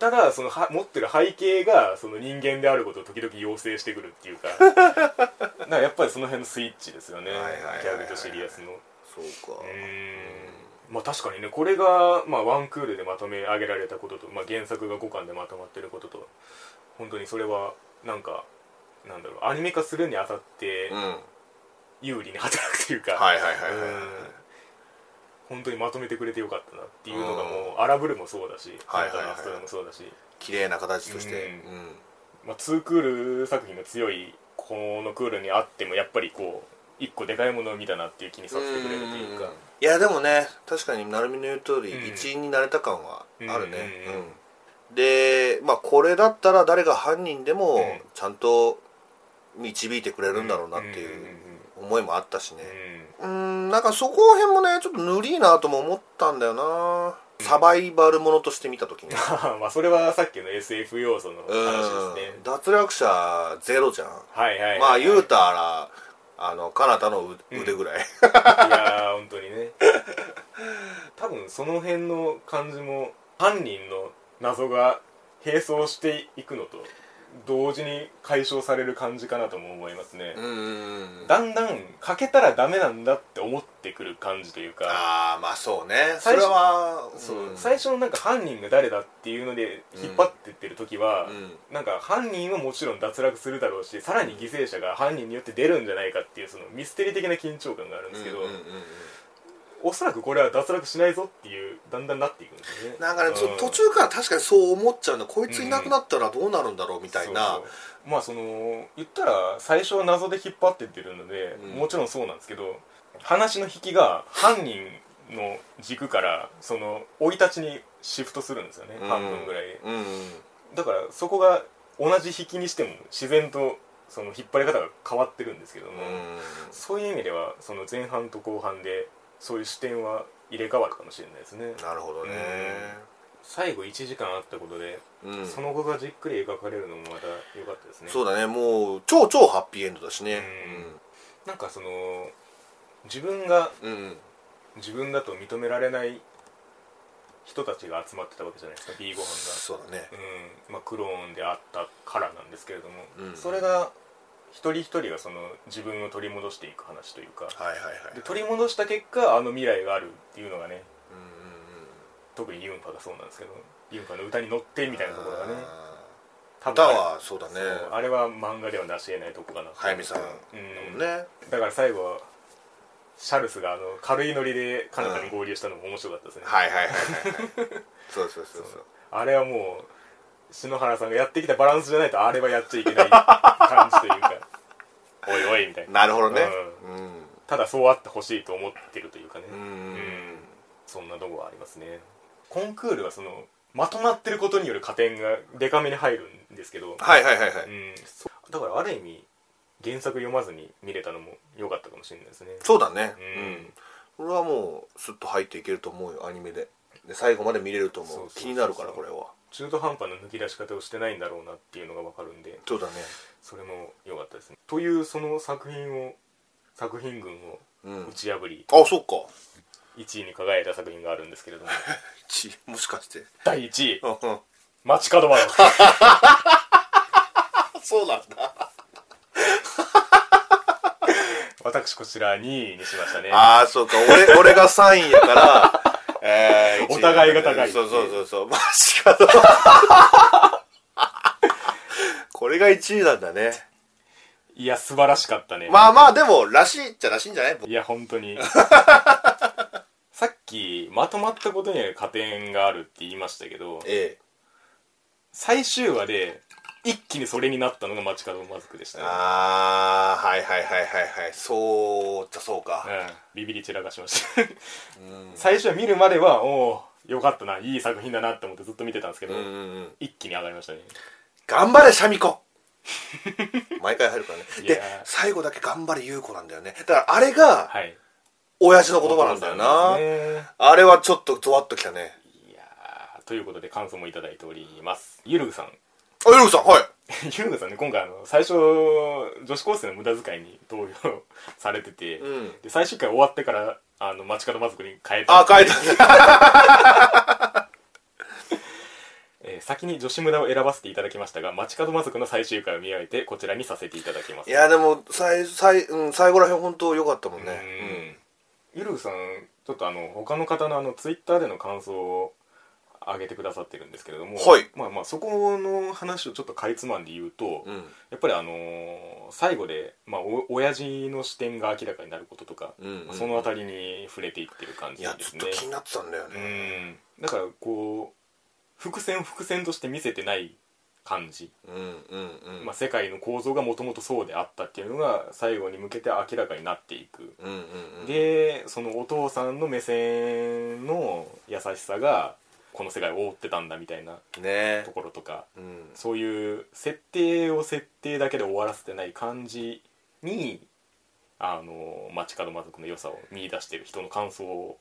[SPEAKER 1] ただそのは持ってる背景がその人間であることを時々要請してくるって いうかだからやっぱりその辺のスイッチですよね
[SPEAKER 2] はいはいはいはい
[SPEAKER 1] ギャグとシリアスの
[SPEAKER 2] そうか
[SPEAKER 1] うーんまあ確かにねこれが、まあ、ワンクールでまとめ上げられたことと、まあ、原作が5巻でまとまってることと本当にそれはなんかなんだろうアニメ化するにあたって
[SPEAKER 2] うん
[SPEAKER 1] 有利に働くというか、
[SPEAKER 2] はいはいはいはい
[SPEAKER 1] うん本当にまとめてくれてよかったなっていうのがもう「荒ぶる」もそうだし「
[SPEAKER 2] はいはいはい
[SPEAKER 1] なんかラストラもそうだし、
[SPEAKER 2] 綺麗な形として
[SPEAKER 1] うん
[SPEAKER 2] うん、
[SPEAKER 1] まあ、2クール作品が強いこのクールにあってもやっぱりこう一個でかいものを見たなっていう気にさせてくれるというか。
[SPEAKER 2] いやでもね確かに成美の言う通り、
[SPEAKER 1] うん
[SPEAKER 2] 一員になれた感はあるね、
[SPEAKER 1] う
[SPEAKER 2] うんん
[SPEAKER 1] うんうん
[SPEAKER 2] でまあこれだったら誰が犯人でも
[SPEAKER 1] うん
[SPEAKER 2] ちゃんと導いてくれるんだろうなっていう思いもあったしねうんなんかそこら辺もねちょっとぬりいなとも思ったんだよなサバイバルものとして見た時 に
[SPEAKER 1] まあそれはさっきの SF 要素の
[SPEAKER 2] う
[SPEAKER 1] 話ですね
[SPEAKER 2] ん脱落者ゼロじゃん
[SPEAKER 1] はいはいはい、
[SPEAKER 2] まあ言う
[SPEAKER 1] い
[SPEAKER 2] たらあの彼方の
[SPEAKER 1] うん
[SPEAKER 2] 腕ぐらい、
[SPEAKER 1] やー本当にね 多分その辺の感じも犯人の謎が並走していくのと同時に解消される感じかなとも思いますね、
[SPEAKER 2] うんうんうん
[SPEAKER 1] だんだんかけたらダメなんだって思ってくる感じというか
[SPEAKER 2] ああまあそうねそ
[SPEAKER 1] 最
[SPEAKER 2] れ
[SPEAKER 1] 初
[SPEAKER 2] は
[SPEAKER 1] そう、
[SPEAKER 2] ん
[SPEAKER 1] 最初のなんか犯人が誰だっていうので引っ張ってってる時は、
[SPEAKER 2] うん
[SPEAKER 1] なんか犯人はもちろん脱落するだろうしさらに犠牲者が犯人によって出るんじゃないかっていうそのミステリー的な緊張感があるんですけど、
[SPEAKER 2] うんうんうん
[SPEAKER 1] おそらくこれは脱落しないぞっていうだんだんなっていくんですよね
[SPEAKER 2] なんかね、ちょ
[SPEAKER 1] うん
[SPEAKER 2] 途中から確かにそう思っちゃうのこいついなくなったらどうなるんだろうみたいな、
[SPEAKER 1] そうそうまあその言ったら最初は謎で引っ張ってってるので、
[SPEAKER 2] うん
[SPEAKER 1] もちろんそうなんですけど話の引きが犯人の軸からその生い立ちにシフトするんですよね、
[SPEAKER 2] うん
[SPEAKER 1] 半分ぐらいで
[SPEAKER 2] うんうん
[SPEAKER 1] だからそこが同じ引きにしても自然とその引っ張り方が変わってるんですけども、そういう意味ではその前半と後半でそういう視点は入れ替わるかもしれないですね
[SPEAKER 2] なるほどね、
[SPEAKER 1] 最後1時間あったことで、
[SPEAKER 2] うん
[SPEAKER 1] その後がじっくり描かれるのもまた良かったですね
[SPEAKER 2] そうだねもう超超ハッピーエンドだしね
[SPEAKER 1] なんかその自分が
[SPEAKER 2] うん、うん
[SPEAKER 1] 自分だと認められない人たちが集まってたわけじゃないですか B ご飯が
[SPEAKER 2] そうだね
[SPEAKER 1] うんまあ、クローンであったからなんですけれども、
[SPEAKER 2] うん
[SPEAKER 1] それが一人一人がその自分を取り戻していく話というか
[SPEAKER 2] はいはいはい
[SPEAKER 1] で取り戻した結果あの未来があるっていうのがね
[SPEAKER 2] うんうんうん
[SPEAKER 1] 特にユンファがそうなんですけどユンファの歌に乗ってみたいなところがね
[SPEAKER 2] あ
[SPEAKER 1] 多
[SPEAKER 2] ー歌
[SPEAKER 1] 分あれ
[SPEAKER 2] はそうだね
[SPEAKER 1] そうあれは漫画ではなし得ないとこかな
[SPEAKER 2] 早見さんだ
[SPEAKER 1] うん
[SPEAKER 2] もんね
[SPEAKER 1] だから最後はシャルスがあの軽いノリでカナダに合流したのも面白かったですね、
[SPEAKER 2] はいはいはいはい はいそうそうそうそう
[SPEAKER 1] あれはもう篠原さんがやってきたバランスじゃないとあれはやっちゃいけない感じと いうかおいおいみたいな
[SPEAKER 2] なるほどね
[SPEAKER 1] ただそうあってほしいと思ってるというかね、
[SPEAKER 2] うんうん
[SPEAKER 1] そんなとこはありますねコンクールはそのまとまってることによる加点がデカめに入るんですけど、
[SPEAKER 2] はいはいはいはい
[SPEAKER 1] うん、そうだからある意味原作読まずに見れたのも良かったかもしれないですね
[SPEAKER 2] そうだね
[SPEAKER 1] うん
[SPEAKER 2] うん俺はもうスッと入っていけると思うよアニメでで最後まで見れると
[SPEAKER 1] そう
[SPEAKER 2] 思
[SPEAKER 1] そううそう
[SPEAKER 2] 気になるからこれは
[SPEAKER 1] 中途半端な抜き出し方をしてないんだろうなっていうのが分かるんで
[SPEAKER 2] そうだね
[SPEAKER 1] それも良かったですねというその作品を作品群を
[SPEAKER 2] うん
[SPEAKER 1] 打ち破り
[SPEAKER 2] あそっか
[SPEAKER 1] 1位に輝いた作品があるんですけれども
[SPEAKER 2] ちもし かして
[SPEAKER 1] 第1位
[SPEAKER 2] うんうん
[SPEAKER 1] 「街角バランス」
[SPEAKER 2] そうなんだ
[SPEAKER 1] 私こちら2位にしましたね
[SPEAKER 2] ああそうか俺俺が3位やから えー
[SPEAKER 1] お互いが高い
[SPEAKER 2] そうそうそうそうマジかと これが1位なんだね
[SPEAKER 1] いや素晴らしかったね、
[SPEAKER 2] まあまあでもらしいっちゃらしいんじゃない
[SPEAKER 1] いや本当にさっきまとまったことによる加点があるって言いましたけど
[SPEAKER 2] え
[SPEAKER 1] 最終話で一気にそれになったのが街角マズクでしたね
[SPEAKER 2] ああはいはいはいはいはいそうじゃそうか、
[SPEAKER 1] うん、ビビり散らかしました
[SPEAKER 2] うん、
[SPEAKER 1] 最初は見るまではおおよかったないい作品だなって思ってずっと見てたんですけど、
[SPEAKER 2] うんうんうん
[SPEAKER 1] 一気に上がりましたね
[SPEAKER 2] 頑張れシャ ミ子毎回入るからね
[SPEAKER 1] いや
[SPEAKER 2] で最後だけ頑張れ優子なんだよねだからあれが
[SPEAKER 1] はい
[SPEAKER 2] 親父の言葉なんだよな、
[SPEAKER 1] ね
[SPEAKER 2] あれはちょっとゾワッときたね
[SPEAKER 1] いやーということで感想もいただいておりますゆるぐさん
[SPEAKER 2] あ優子さんはい
[SPEAKER 1] ゆるぐさんね今回あの最初女子高生の無駄遣いに動揺されてて、
[SPEAKER 2] うん
[SPEAKER 1] で最終回終わってからあの街角マズクに変えた
[SPEAKER 2] あ書いてある
[SPEAKER 1] えー先に女子無駄を選ばせていただきましたが街角マズクの最終回を見上げてこちらにさせていただきます
[SPEAKER 2] いやでも最最,、うん、最後らへん本当良かったもん
[SPEAKER 1] う
[SPEAKER 2] ね
[SPEAKER 1] んゆるぐさんちょっとあの他の方のあのツイッターでの感想を上げてくださってるんですけれども、
[SPEAKER 2] はい
[SPEAKER 1] まあまあそこの話をちょっとかいつまんで言うと、
[SPEAKER 2] うん
[SPEAKER 1] やっぱりあのー最後で、まあ、お親父の視点が明らかになることとか、
[SPEAKER 2] うんうん
[SPEAKER 1] その辺りに触れていってる感
[SPEAKER 2] い
[SPEAKER 1] じ
[SPEAKER 2] や
[SPEAKER 1] で
[SPEAKER 2] ず
[SPEAKER 1] す
[SPEAKER 2] っ
[SPEAKER 1] ね
[SPEAKER 2] と気になってたんだよ
[SPEAKER 1] う
[SPEAKER 2] ね、
[SPEAKER 1] んだからこう伏線を伏線として見せてない感じ、
[SPEAKER 2] うん、うんうんうん
[SPEAKER 1] まあ、世界の構造がもともとそうであったっていうのが最後に向けて明らかになっていく、
[SPEAKER 2] うんうんうん
[SPEAKER 1] でそのお父さんの目線の優しさがこの世界を覆ってたんだみたいな
[SPEAKER 2] ね
[SPEAKER 1] ところとか
[SPEAKER 2] うん
[SPEAKER 1] そういう設定を設定だけで終わらせてない感じにあの街角魔族の良さを見出してる人の感想を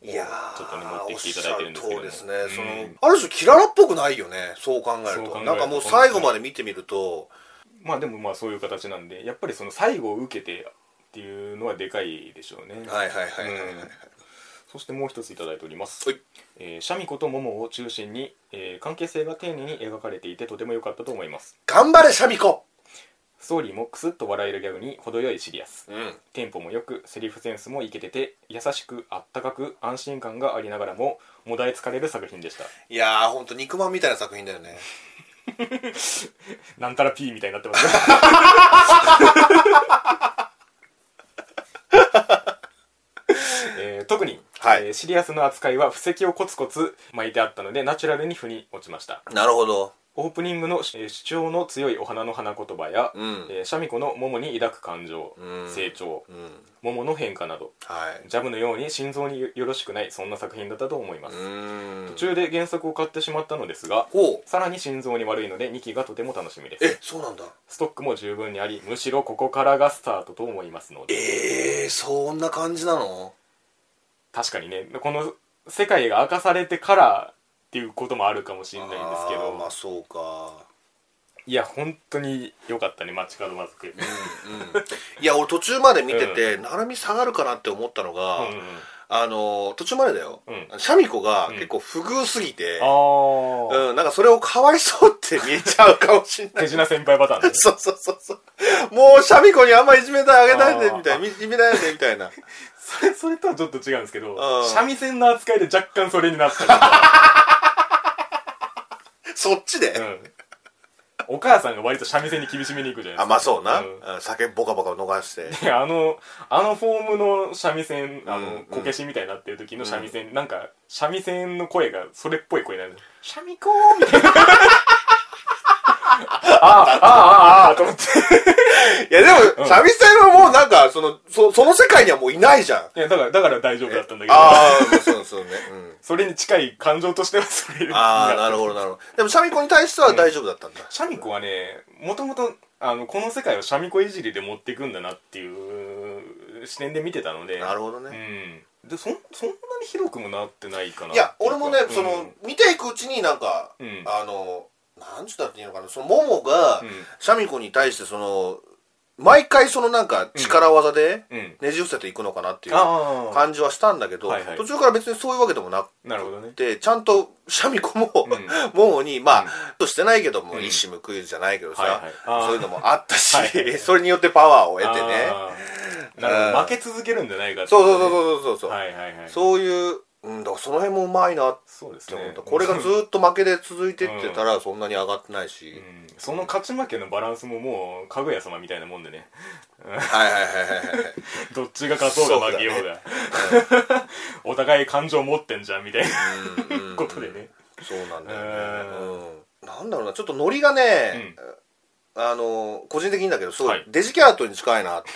[SPEAKER 2] いや
[SPEAKER 1] ちょっとね持ってきていただいてるんですけども
[SPEAKER 2] おっしゃる通りですね、
[SPEAKER 1] うん
[SPEAKER 2] そのある種キララっぽくないよねそう考え
[SPEAKER 1] そう考
[SPEAKER 2] る
[SPEAKER 1] える
[SPEAKER 2] と
[SPEAKER 1] と
[SPEAKER 2] なんかもう最後まで見てみると
[SPEAKER 1] まあでもまあそういう形なんでやっぱりその最後を受けてっていうのはでかいでしょうね
[SPEAKER 2] はいはいはいはいはい、
[SPEAKER 1] うんそしてもう一ついただいております、
[SPEAKER 2] はい
[SPEAKER 1] えーシャミ子とモモを中心に、えー関係性が丁寧に描かれていてとても良かったと思います
[SPEAKER 2] 頑張れシャミ子
[SPEAKER 1] ストーリーもクスッと笑えるギャグに程よいシリアス
[SPEAKER 2] うん
[SPEAKER 1] テンポも良くセリフセンスもイケてて優しくあったかく安心感がありながらももだえつかれる作品でした
[SPEAKER 2] いやーほんと肉まんみたいな作品だよね
[SPEAKER 1] なんたら P みたいになってますね えー特に、
[SPEAKER 2] はい
[SPEAKER 1] えーシリアスの扱いは布石をコツコツ巻いてあったのでナチュラルに腑に落ちました
[SPEAKER 2] なるほど
[SPEAKER 1] オープニングの、えー主張の強いお花の花言葉や、
[SPEAKER 2] うん
[SPEAKER 1] えーシャミ子の桃に抱く感情、
[SPEAKER 2] うん
[SPEAKER 1] 成長
[SPEAKER 2] うん
[SPEAKER 1] 桃の変化など
[SPEAKER 2] はい
[SPEAKER 1] ジャブのように心臓によよろしくないそんな作品だったと思いま
[SPEAKER 2] う
[SPEAKER 1] す、
[SPEAKER 2] ーん
[SPEAKER 1] 途中で原作を買ってしまったのですが
[SPEAKER 2] ほう
[SPEAKER 1] さらに心臓に悪いので2期がとても楽しみです
[SPEAKER 2] えそうなんだ
[SPEAKER 1] ストックも十分にありむしろここからがスタートと思いますので
[SPEAKER 2] えー、そんな感じなの
[SPEAKER 1] 確かにねこの世界が明かされてからっていうこともあるかもしれないんですけ
[SPEAKER 2] あ
[SPEAKER 1] ど
[SPEAKER 2] ーまあそうか
[SPEAKER 1] いや本当に良かったね街角マズク
[SPEAKER 2] うんいや俺途中まで見てて、なるみ下がるかなって思ったの
[SPEAKER 1] う
[SPEAKER 2] が、
[SPEAKER 1] んうん
[SPEAKER 2] あの途中までだよ、
[SPEAKER 1] う
[SPEAKER 2] シャミ子が
[SPEAKER 1] うん
[SPEAKER 2] 結構不遇すぎて、
[SPEAKER 1] ああ
[SPEAKER 2] うん、なんかそれをかわいそうって見えちゃうかもしん ない
[SPEAKER 1] 手品先輩パターンね
[SPEAKER 2] そうそうそうそうもうシャミ子にあんまいじめてあげないでみたいないじめないでみたいな
[SPEAKER 1] それそれとはちょっと違うんですけど
[SPEAKER 2] うん
[SPEAKER 1] 三味線の扱いで若干それにな ったり
[SPEAKER 2] そっちで、
[SPEAKER 1] とかうんお母さんが割と三味線に厳しめに行くじゃないですか
[SPEAKER 2] あまあそうな、
[SPEAKER 1] うん
[SPEAKER 2] うん酒ボカボカ 逃して
[SPEAKER 1] であのあのフォームの三味線あ
[SPEAKER 2] うんう
[SPEAKER 1] の
[SPEAKER 2] ん
[SPEAKER 1] こけしみたいになってる時の三味線、なんか三味線の声がそれっぽい声になる三味子ーみたい なああああああと思って
[SPEAKER 2] いやでも三味線はもうなんかそのそその世界にはもういないじゃん
[SPEAKER 1] いやだからだから大丈夫だったんだけど
[SPEAKER 2] ああそうそうね、うん
[SPEAKER 1] それに近い感情としてはそれ
[SPEAKER 2] あ あ、なるほど、なるほど。でも、シャミ子に対しては大丈夫だったんだ。
[SPEAKER 1] シャミ子はねもともとあのこの世界をシャミ子いじりで持っていくんだなっていう視点で見てたので
[SPEAKER 2] なるほどね。
[SPEAKER 1] うんでそんそんなに広くもなってないかない
[SPEAKER 2] いや、俺もね
[SPEAKER 1] う、か
[SPEAKER 2] そ
[SPEAKER 1] うん
[SPEAKER 2] の、見ていくうちになんか、
[SPEAKER 1] うん
[SPEAKER 2] あの、なんつったっていいのかな、その、モモが
[SPEAKER 1] うん、
[SPEAKER 2] シャミ子に対して、その、毎回そのなんか、力技で、
[SPEAKER 1] うん
[SPEAKER 2] ねじ伏せていくのかなっていう
[SPEAKER 1] ああ
[SPEAKER 2] 感じはしたんだけど
[SPEAKER 1] はいは、い
[SPEAKER 2] 途中から別にそういうわけでもな
[SPEAKER 1] なるほどね
[SPEAKER 2] くて、ちゃんと、シャミ子も、
[SPEAKER 1] うん
[SPEAKER 2] モモに、ま
[SPEAKER 1] う
[SPEAKER 2] あ、としてないけども、
[SPEAKER 1] うん
[SPEAKER 2] 一矢報いるじゃないけど
[SPEAKER 1] はいは
[SPEAKER 2] さ
[SPEAKER 1] い、あー
[SPEAKER 2] そういうのもあったし
[SPEAKER 1] はいはいは、い
[SPEAKER 2] それによってパワーを得てね。
[SPEAKER 1] あーなるほど負け続けるんじゃないかって
[SPEAKER 2] そう
[SPEAKER 1] ことね
[SPEAKER 2] そうそうそうそうそう、
[SPEAKER 1] はいはいはい
[SPEAKER 2] そういう、うん、だからその辺もうまいなっ
[SPEAKER 1] そうです
[SPEAKER 2] て
[SPEAKER 1] ね
[SPEAKER 2] 思った、これがずっと負けで続いてってたらそんなに上がってないし、
[SPEAKER 1] うんその勝ち負けのバランスももうかぐや様みたいなもんでね
[SPEAKER 2] はいはいはいはいはい
[SPEAKER 1] どっちが勝とうが負けようが お互い感情持ってんじゃんみたいな
[SPEAKER 2] うんうんうん
[SPEAKER 1] ことでね
[SPEAKER 2] そうなんだよね、なんだろうなちょっとノリがね、あの個人的にだけどすご
[SPEAKER 1] はいい
[SPEAKER 2] デジキャラットに近いなって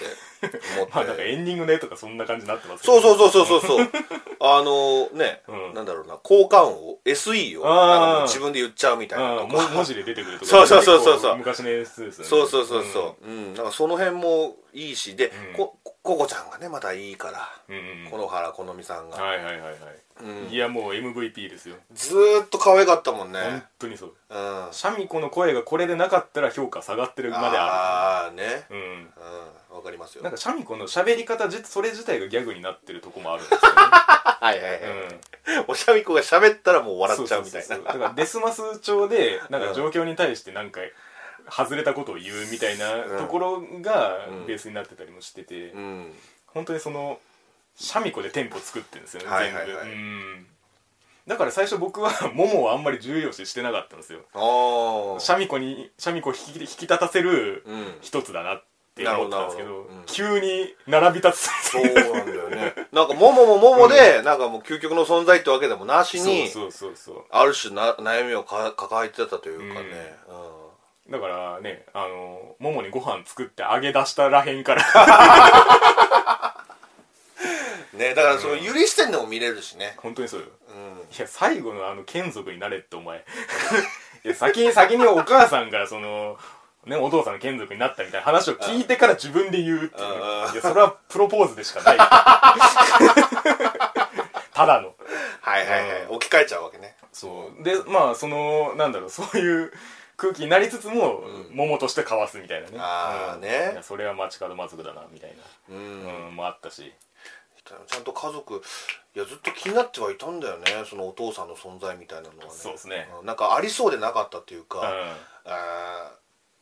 [SPEAKER 2] 思っ て、
[SPEAKER 1] まあなんかエンディングねとかそんな感じになってますけ
[SPEAKER 2] そ
[SPEAKER 1] ど
[SPEAKER 2] うそうそうそうそ うそうあのね、
[SPEAKER 1] うん
[SPEAKER 2] なんだろうな交換を SE を
[SPEAKER 1] あー
[SPEAKER 2] なんかもう自分で言っちゃうみたいな
[SPEAKER 1] ああ
[SPEAKER 2] と
[SPEAKER 1] も
[SPEAKER 2] か
[SPEAKER 1] 文字で出てくるとか
[SPEAKER 2] そうそうそうそうそう
[SPEAKER 1] 結構昔の演出ですよね
[SPEAKER 2] そうそうそうそう、うん、なんかその辺もいいしで、
[SPEAKER 1] うん
[SPEAKER 2] こここちゃんがねまたいいから、
[SPEAKER 1] うんうんうん
[SPEAKER 2] この原好美さんが、
[SPEAKER 1] はいはいはいはい、
[SPEAKER 2] うん
[SPEAKER 1] いやもう MVP ですよ
[SPEAKER 2] ずーっと可愛かったもんね、
[SPEAKER 1] 本当にそう
[SPEAKER 2] うん、あ
[SPEAKER 1] シャミ子の声がこれでなかったら評価下がってるまであ
[SPEAKER 2] あーね
[SPEAKER 1] るうん
[SPEAKER 2] うんわかりますよ
[SPEAKER 1] なんかシャミ子の喋り方じそれ自体がギャグになってるとこもあるんですよね、
[SPEAKER 2] はいはいはい、
[SPEAKER 1] うん
[SPEAKER 2] おしゃみ子が喋ったらもう笑っちゃうみたい
[SPEAKER 1] そ
[SPEAKER 2] な
[SPEAKER 1] そそそうだからデスマス調でなん
[SPEAKER 2] う
[SPEAKER 1] か
[SPEAKER 2] ん
[SPEAKER 1] 状況に対してなんか外れたことを言うみたいなところが
[SPEAKER 2] うん
[SPEAKER 1] ベースになってたりもしてて、
[SPEAKER 2] うん
[SPEAKER 1] 本当にそのシャミ子でテンポ作ってるんですよね
[SPEAKER 2] は
[SPEAKER 1] 全
[SPEAKER 2] い
[SPEAKER 1] 部、
[SPEAKER 2] はいはい
[SPEAKER 1] うんだから最初僕は モモをあんまり重要視してなかったんですよ
[SPEAKER 2] ああ
[SPEAKER 1] シャミ子にシャミ子を引き引き立たせる
[SPEAKER 2] うん
[SPEAKER 1] 一つだなって思ってたんですけど
[SPEAKER 2] なるほどなるほどう
[SPEAKER 1] 急
[SPEAKER 2] ん
[SPEAKER 1] に並び立つ
[SPEAKER 2] そうなんだよねなんか「ももももも」で、なんかもう究極の存在ってわけでもなし に
[SPEAKER 1] そうそうそうそ
[SPEAKER 2] ある種な悩みをか抱えてたというかね、うん
[SPEAKER 1] うだからねあのモモにご飯作って揚げ出したらへんから
[SPEAKER 2] ねだからそのゆり視点でも見れるしね
[SPEAKER 1] 本当にそうよ
[SPEAKER 2] うん
[SPEAKER 1] いや最後のあの眷属になれってお前 いや先に先にお母さんがそのね、お父さんの眷属になったみたいな話を聞いてから自分で言うっていう
[SPEAKER 2] うん
[SPEAKER 1] いやそれはプロポーズでしか ないただの
[SPEAKER 2] はいはいはい、置き換えちゃうわけね
[SPEAKER 1] そうでまあそのなんだろうそういう空気になりつつも、桃としてかわすみたいなね
[SPEAKER 2] あー
[SPEAKER 1] うん
[SPEAKER 2] ね
[SPEAKER 1] いやそれは街角満足だなみたい
[SPEAKER 2] うん、
[SPEAKER 1] なうん、もあったし
[SPEAKER 2] ちゃんと家族いやずっと気になってはいたんだよねそのお父さんの存在みたいなのはね
[SPEAKER 1] そうですね
[SPEAKER 2] んなんかありそうでなかったっていう
[SPEAKER 1] うん
[SPEAKER 2] か、えー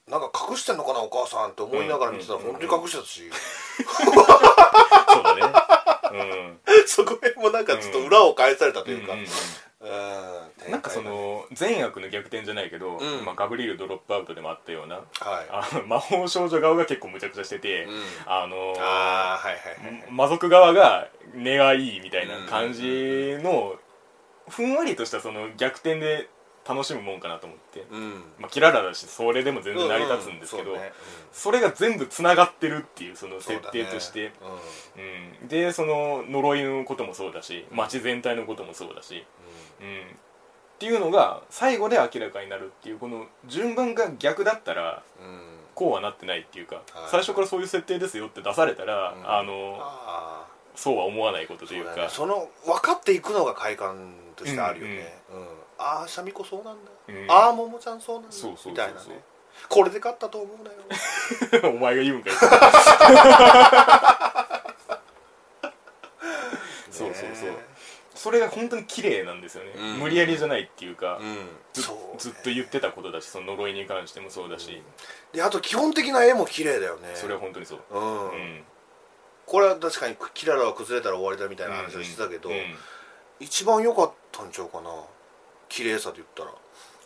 [SPEAKER 2] なんか隠してんのかなお母さんって思いながら見てたら
[SPEAKER 1] うんうんうん
[SPEAKER 2] 本当に隠してたし、
[SPEAKER 1] そうだね うん
[SPEAKER 2] そこへもなんかちょっと裏を返されたというか、
[SPEAKER 1] うんうん
[SPEAKER 2] うん
[SPEAKER 1] なんかそ、の善悪の逆転じゃないけど、
[SPEAKER 2] うん
[SPEAKER 1] まあ、ガブリエルドロップアウトでもあったような
[SPEAKER 2] はい、
[SPEAKER 1] あの 魔法少女側が結構むちゃくちゃしてて、
[SPEAKER 2] うん
[SPEAKER 1] あのー
[SPEAKER 2] ああはいはいはい
[SPEAKER 1] 魔族側が根がいいみたいな感じのふんわりとしたその逆転で楽しむもんかなと思って、
[SPEAKER 2] うん
[SPEAKER 1] まあ、キララだしそれでも全然成り立つんですけど、
[SPEAKER 2] うそうね
[SPEAKER 1] それが全部つながってるっていうその
[SPEAKER 2] うんそう
[SPEAKER 1] 設
[SPEAKER 2] だね
[SPEAKER 1] 定として
[SPEAKER 2] うんうん
[SPEAKER 1] うん、でその呪いのこともそうだし街全体のこともそうだし、うん、っていうのが最後で明らかになるっていうこの順番が逆だったら
[SPEAKER 2] うん
[SPEAKER 1] こうはなってないっていうか、
[SPEAKER 2] はい
[SPEAKER 1] 最初からそういう設定ですよって出されたら、
[SPEAKER 2] うん
[SPEAKER 1] あの
[SPEAKER 2] あ
[SPEAKER 1] そうは思わないこと
[SPEAKER 2] ー
[SPEAKER 1] という
[SPEAKER 2] そう
[SPEAKER 1] か
[SPEAKER 2] だねその分かっていくのが快感としてあるよね、うんああシャミ子そうなんだ、
[SPEAKER 1] うん
[SPEAKER 2] ああももちゃんそうなんだ
[SPEAKER 1] そうそうそうそう
[SPEAKER 2] みたいなねこれで勝ったと思うなよ
[SPEAKER 1] お前が言うん かよ そうそうそう
[SPEAKER 2] ね
[SPEAKER 1] それが本当に綺麗なんですよね、
[SPEAKER 2] うん
[SPEAKER 1] 無理やりじゃないっていうか、
[SPEAKER 2] うん
[SPEAKER 1] ず
[SPEAKER 2] そうね
[SPEAKER 1] ずっと言ってたことだしその呪いに関してもそうだし、
[SPEAKER 2] であと基本的な絵も綺麗だよね
[SPEAKER 1] それは本当にそう、
[SPEAKER 2] うん、
[SPEAKER 1] うん、
[SPEAKER 2] これは確かにキララは崩れたら終わりだみたいな話をしてたけど、
[SPEAKER 1] うんうん
[SPEAKER 2] 一番良かったんちゃうかな綺麗さで言ったら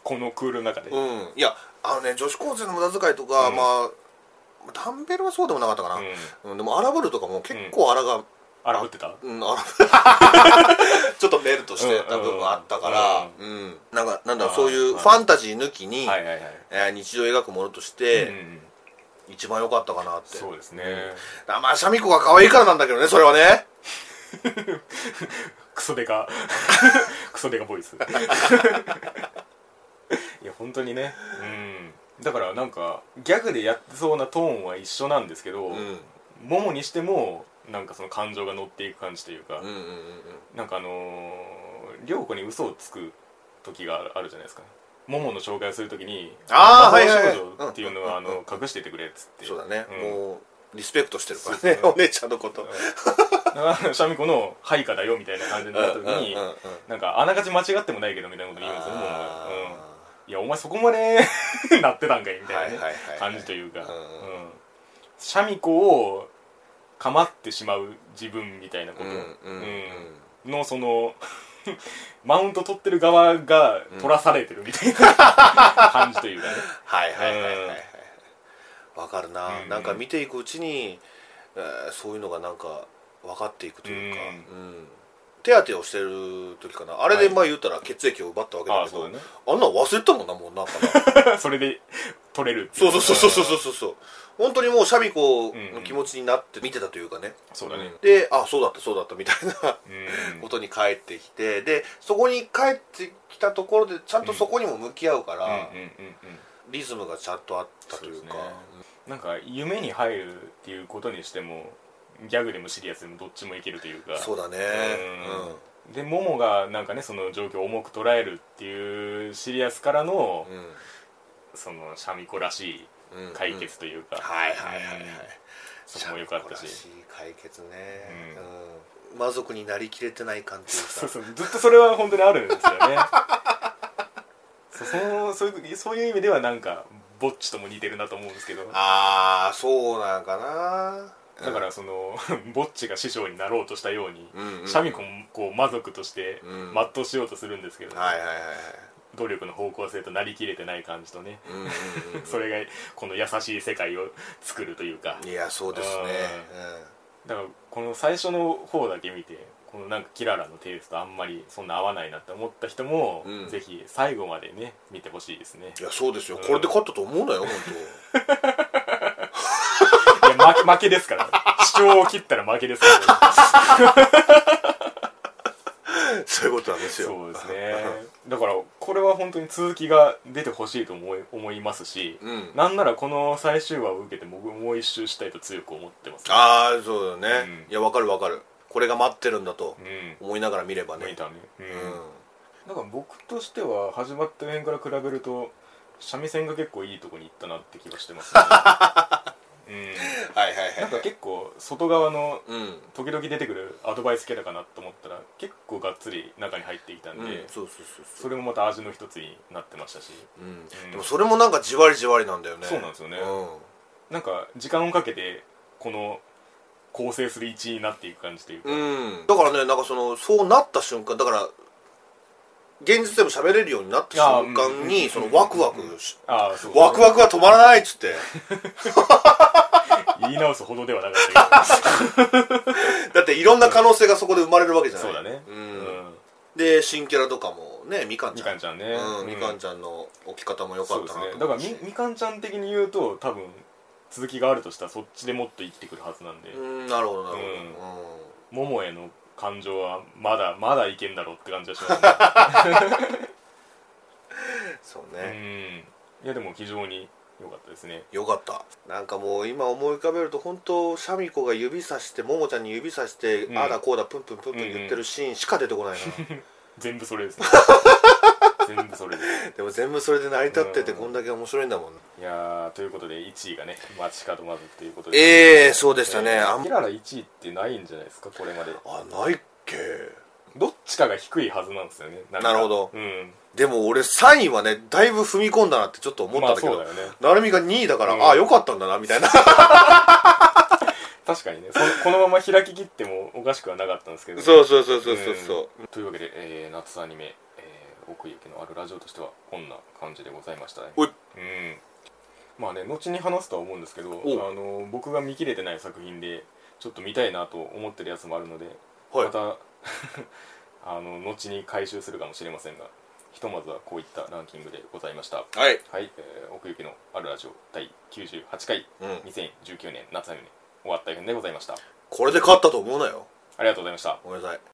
[SPEAKER 1] このクールの中で、うん
[SPEAKER 2] うんいやあのね女子高生の無駄遣いとか、
[SPEAKER 1] うん
[SPEAKER 2] まあダンベルはそうでもなかったかな、うんでも荒ぶるとかも結構荒が、
[SPEAKER 1] 荒ぶってた
[SPEAKER 2] うん荒ぶ ちょっとメルとしてた部分あったから、うんなんかなんだろ
[SPEAKER 1] あー
[SPEAKER 2] うそういうファンタジー抜きに、
[SPEAKER 1] はいはいはい、
[SPEAKER 2] えー日常を描くものとし
[SPEAKER 1] うんう
[SPEAKER 2] て、
[SPEAKER 1] ん
[SPEAKER 2] 一番良かったかなって
[SPEAKER 1] そうですね、
[SPEAKER 2] あまあシャミ子が可愛いからなんだけどねそれはね
[SPEAKER 1] クソデカ クソデカボイスいや本当にねうんだからなんかギャグでやってそうなトーンは一緒なんですけど、
[SPEAKER 2] うんうん
[SPEAKER 1] ももにしてもなんかその感情が乗っていく感じというか、
[SPEAKER 2] うんうんうん
[SPEAKER 1] なんかあのー、涼子に嘘をつく時があるあるじゃないですかももの紹介をするときに「魔
[SPEAKER 2] あー
[SPEAKER 1] 法
[SPEAKER 2] はいはいはい
[SPEAKER 1] 少女っていうのはあ
[SPEAKER 2] うんうんうん
[SPEAKER 1] の隠しててくれ」っつって
[SPEAKER 2] そうだね、
[SPEAKER 1] ん
[SPEAKER 2] もうリスペクトしてるから
[SPEAKER 1] そう
[SPEAKER 2] ね
[SPEAKER 1] そう
[SPEAKER 2] お姉ちゃんのこと
[SPEAKER 1] だから シャミ子の「配下だよ」みたいな感じになった時に
[SPEAKER 2] うんうんうん
[SPEAKER 1] なんかあながち間違ってもないけどみたいなこと言うんですよもう、うん、
[SPEAKER 2] あ
[SPEAKER 1] いやお前そこまで なってたんかいみ
[SPEAKER 2] ー
[SPEAKER 1] たいなね、
[SPEAKER 2] はいはいはい
[SPEAKER 1] 感じというか、
[SPEAKER 2] うん
[SPEAKER 1] うんシャミ子を構ってしまう自分みたいなこ
[SPEAKER 2] う
[SPEAKER 1] と、
[SPEAKER 2] んうんうん
[SPEAKER 1] のその マウント取ってる側が取らされてるみたいな、感じと いうかね
[SPEAKER 2] はいはいはいはいはいわかるな、
[SPEAKER 1] うん
[SPEAKER 2] なんか見ていくうちに、えーそういうのがなんか分かっていくというか、うん手当てをしてる時かなあれでまあ言ったら血液を奪ったわけ
[SPEAKER 1] あ
[SPEAKER 2] だ
[SPEAKER 1] あ
[SPEAKER 2] け
[SPEAKER 1] そ
[SPEAKER 2] ど、
[SPEAKER 1] うだね
[SPEAKER 2] あんなん忘れてたもんなもうなんかな
[SPEAKER 1] それで取れるってい
[SPEAKER 2] そうそうそうそうそうそうそう本当にもうシャミ子の気持ちになって見てたというかね、
[SPEAKER 1] そうだね
[SPEAKER 2] であそうだったそうだったみたいな
[SPEAKER 1] うん
[SPEAKER 2] ことに帰ってきてでそこに帰ってきたところでちゃんとそこにも向き合うから、
[SPEAKER 1] うんうんうんうん
[SPEAKER 2] リズムがちゃんとあったというか
[SPEAKER 1] そうなんか夢に入るっていうことにしてもギャグでもシリアスでもどっちもいけるというか
[SPEAKER 2] そうだね
[SPEAKER 1] うんでモモがなんかねその状況を重く捉えるっていうシリアスからの、
[SPEAKER 2] うん、うん
[SPEAKER 1] そのシャミ子らしい
[SPEAKER 2] うん
[SPEAKER 1] 解決というか、
[SPEAKER 2] はいはいはいはい、
[SPEAKER 1] うんそこも良かったし
[SPEAKER 2] シャミ子らしい解決ね、うん魔族になりきれてない感っていうか
[SPEAKER 1] そうそうずっとそれは本当にあるんです よねそうそのそういうそういう意味ではなんかぼっちとも似てるなと思うんですけど
[SPEAKER 2] ああそうなんかな
[SPEAKER 1] だからその ぼっちが師匠になろうとしたように、
[SPEAKER 2] うんうん
[SPEAKER 1] シャミ子もこう魔族として
[SPEAKER 2] うん
[SPEAKER 1] 全うしようとするんですけど、
[SPEAKER 2] はいはいはいはい
[SPEAKER 1] 努力の方向性となりきれてない感じとね、
[SPEAKER 2] うんうんう ん
[SPEAKER 1] それがこの優しい世界を作るというか
[SPEAKER 2] いやそうですね
[SPEAKER 1] だからこの最初の方だけ見てこのなんかキララのテイストあんまりそんな合わないなって思った人も、
[SPEAKER 2] うん
[SPEAKER 1] ぜひ最後までね見てほしいですね
[SPEAKER 2] うんいやそうですよこれで勝ったと思うな よ本
[SPEAKER 1] いや負け負け ですから主張を切ったら負けですから
[SPEAKER 2] 当そういうことなんですよ
[SPEAKER 1] そうですねだからこれは本当に続きが出てほしいと思い思いますし、
[SPEAKER 2] うん
[SPEAKER 1] なんならこの最終話を受けて僕もう一周したいと強く思ってます
[SPEAKER 2] ああそうだね、
[SPEAKER 1] うん
[SPEAKER 2] いやわかるわかるこれが待ってるんだと
[SPEAKER 1] うん
[SPEAKER 2] 思いながら見れば
[SPEAKER 1] 見
[SPEAKER 2] ね
[SPEAKER 1] たねうん
[SPEAKER 2] うん、
[SPEAKER 1] なんか僕としては始まった辺から比べると三味線が結構いいとこに行ったなって気がして ますねうん
[SPEAKER 2] はいはいはい
[SPEAKER 1] なんか結構外側の
[SPEAKER 2] うん、
[SPEAKER 1] 時々出てくるアドバイス系だかなと思ったら結構がっつり中に入ってきたんで、
[SPEAKER 2] うん、そうそうそうそ、
[SPEAKER 1] そうれもまた味の一つになってましたし、
[SPEAKER 2] うん、でもそれもなんかじわりじわりなんだよね
[SPEAKER 1] そうなんですよね
[SPEAKER 2] う
[SPEAKER 1] なんか時間をかけてこの構成する一員になっていく感じというか、
[SPEAKER 2] ん、うん、だからねなんかそのそうなった瞬間だから現実でも喋れるようになった瞬間
[SPEAKER 1] いやう
[SPEAKER 2] に
[SPEAKER 1] ん
[SPEAKER 2] そのワクワクし
[SPEAKER 1] ああそう
[SPEAKER 2] ワクワクが止まらないっ つって
[SPEAKER 1] 言い直すほどではなかったけ
[SPEAKER 2] だっていろんな可能性がそこで生まれるわけじゃ
[SPEAKER 1] ど
[SPEAKER 2] ない
[SPEAKER 1] そうだね
[SPEAKER 2] う、
[SPEAKER 1] うんん
[SPEAKER 2] で新キャラとかもねみかん
[SPEAKER 1] み
[SPEAKER 2] ちゃ
[SPEAKER 1] か
[SPEAKER 2] ん
[SPEAKER 1] んちゃんね、
[SPEAKER 2] うん、みか
[SPEAKER 1] うん
[SPEAKER 2] ちゃんの置き方も良か
[SPEAKER 1] そう
[SPEAKER 2] っ
[SPEAKER 1] で
[SPEAKER 2] た
[SPEAKER 1] す
[SPEAKER 2] な
[SPEAKER 1] ね
[SPEAKER 2] と
[SPEAKER 1] だ
[SPEAKER 2] 思
[SPEAKER 1] から
[SPEAKER 2] うし
[SPEAKER 1] みみかんちゃん的に言うと多分続きがあるとしたらそっちでもっと生きてくるはずなんで、
[SPEAKER 2] うんなるほどなるほ
[SPEAKER 1] う
[SPEAKER 2] ど、
[SPEAKER 1] ん
[SPEAKER 2] うん
[SPEAKER 1] モモへの感情はまだまだいけんだろうって感じがします
[SPEAKER 2] そう
[SPEAKER 1] ね
[SPEAKER 2] ね、
[SPEAKER 1] うんいやでも非常に良かったですね
[SPEAKER 2] よかったなんかもう今思い浮かべると本当シャミ子が指さしてももちゃんに指さして、
[SPEAKER 1] うん
[SPEAKER 2] ああだこうだプンプンプンプン言ってるシーンしか出てこないな、
[SPEAKER 1] 全部それです ね全部それです
[SPEAKER 2] でも全部それで成り立ってて
[SPEAKER 1] うん
[SPEAKER 2] こんだけ面白いんだもん、ね
[SPEAKER 1] いやーということで1位がね街角マズということで
[SPEAKER 2] ええそうでしたね、あ
[SPEAKER 1] あ
[SPEAKER 2] ん
[SPEAKER 1] キララ1位ってないんじゃないですかこれまで
[SPEAKER 2] あないっけ
[SPEAKER 1] どっちかが低いはずなんですよねんか
[SPEAKER 2] なるほど
[SPEAKER 1] うん
[SPEAKER 2] でも俺3位はねだいぶ踏み込んだなってちょっと思ったんだけど、
[SPEAKER 1] まあそうだよね
[SPEAKER 2] なるみが2位だから、
[SPEAKER 1] うん
[SPEAKER 2] ああよかったんだなみ たいな
[SPEAKER 1] 確かにねそこのまま開き切ってもおかしくはなかったんですけど
[SPEAKER 2] そうそうそうそうそうそう、
[SPEAKER 1] うんというわけで、えー夏アニメ、えー奥行きのあるラジオとしてはこんな感じでございましたね
[SPEAKER 2] おい
[SPEAKER 1] うんまあね後に話すとは思うんですけどあ
[SPEAKER 2] お
[SPEAKER 1] の僕が見切れてない作品でちょっと見たいなと思ってるやつもあるので、
[SPEAKER 2] はい
[SPEAKER 1] また あの後に回収するかもしれませんがひとまずはこういったランキングでございました
[SPEAKER 2] はい、
[SPEAKER 1] はい、えー奥行きのあるラジオ第98回
[SPEAKER 2] うん、
[SPEAKER 1] 2019年夏アニメ終わった編でございました
[SPEAKER 2] これで勝ったと思うなよ
[SPEAKER 1] ありがとうございました
[SPEAKER 2] ごめんなさい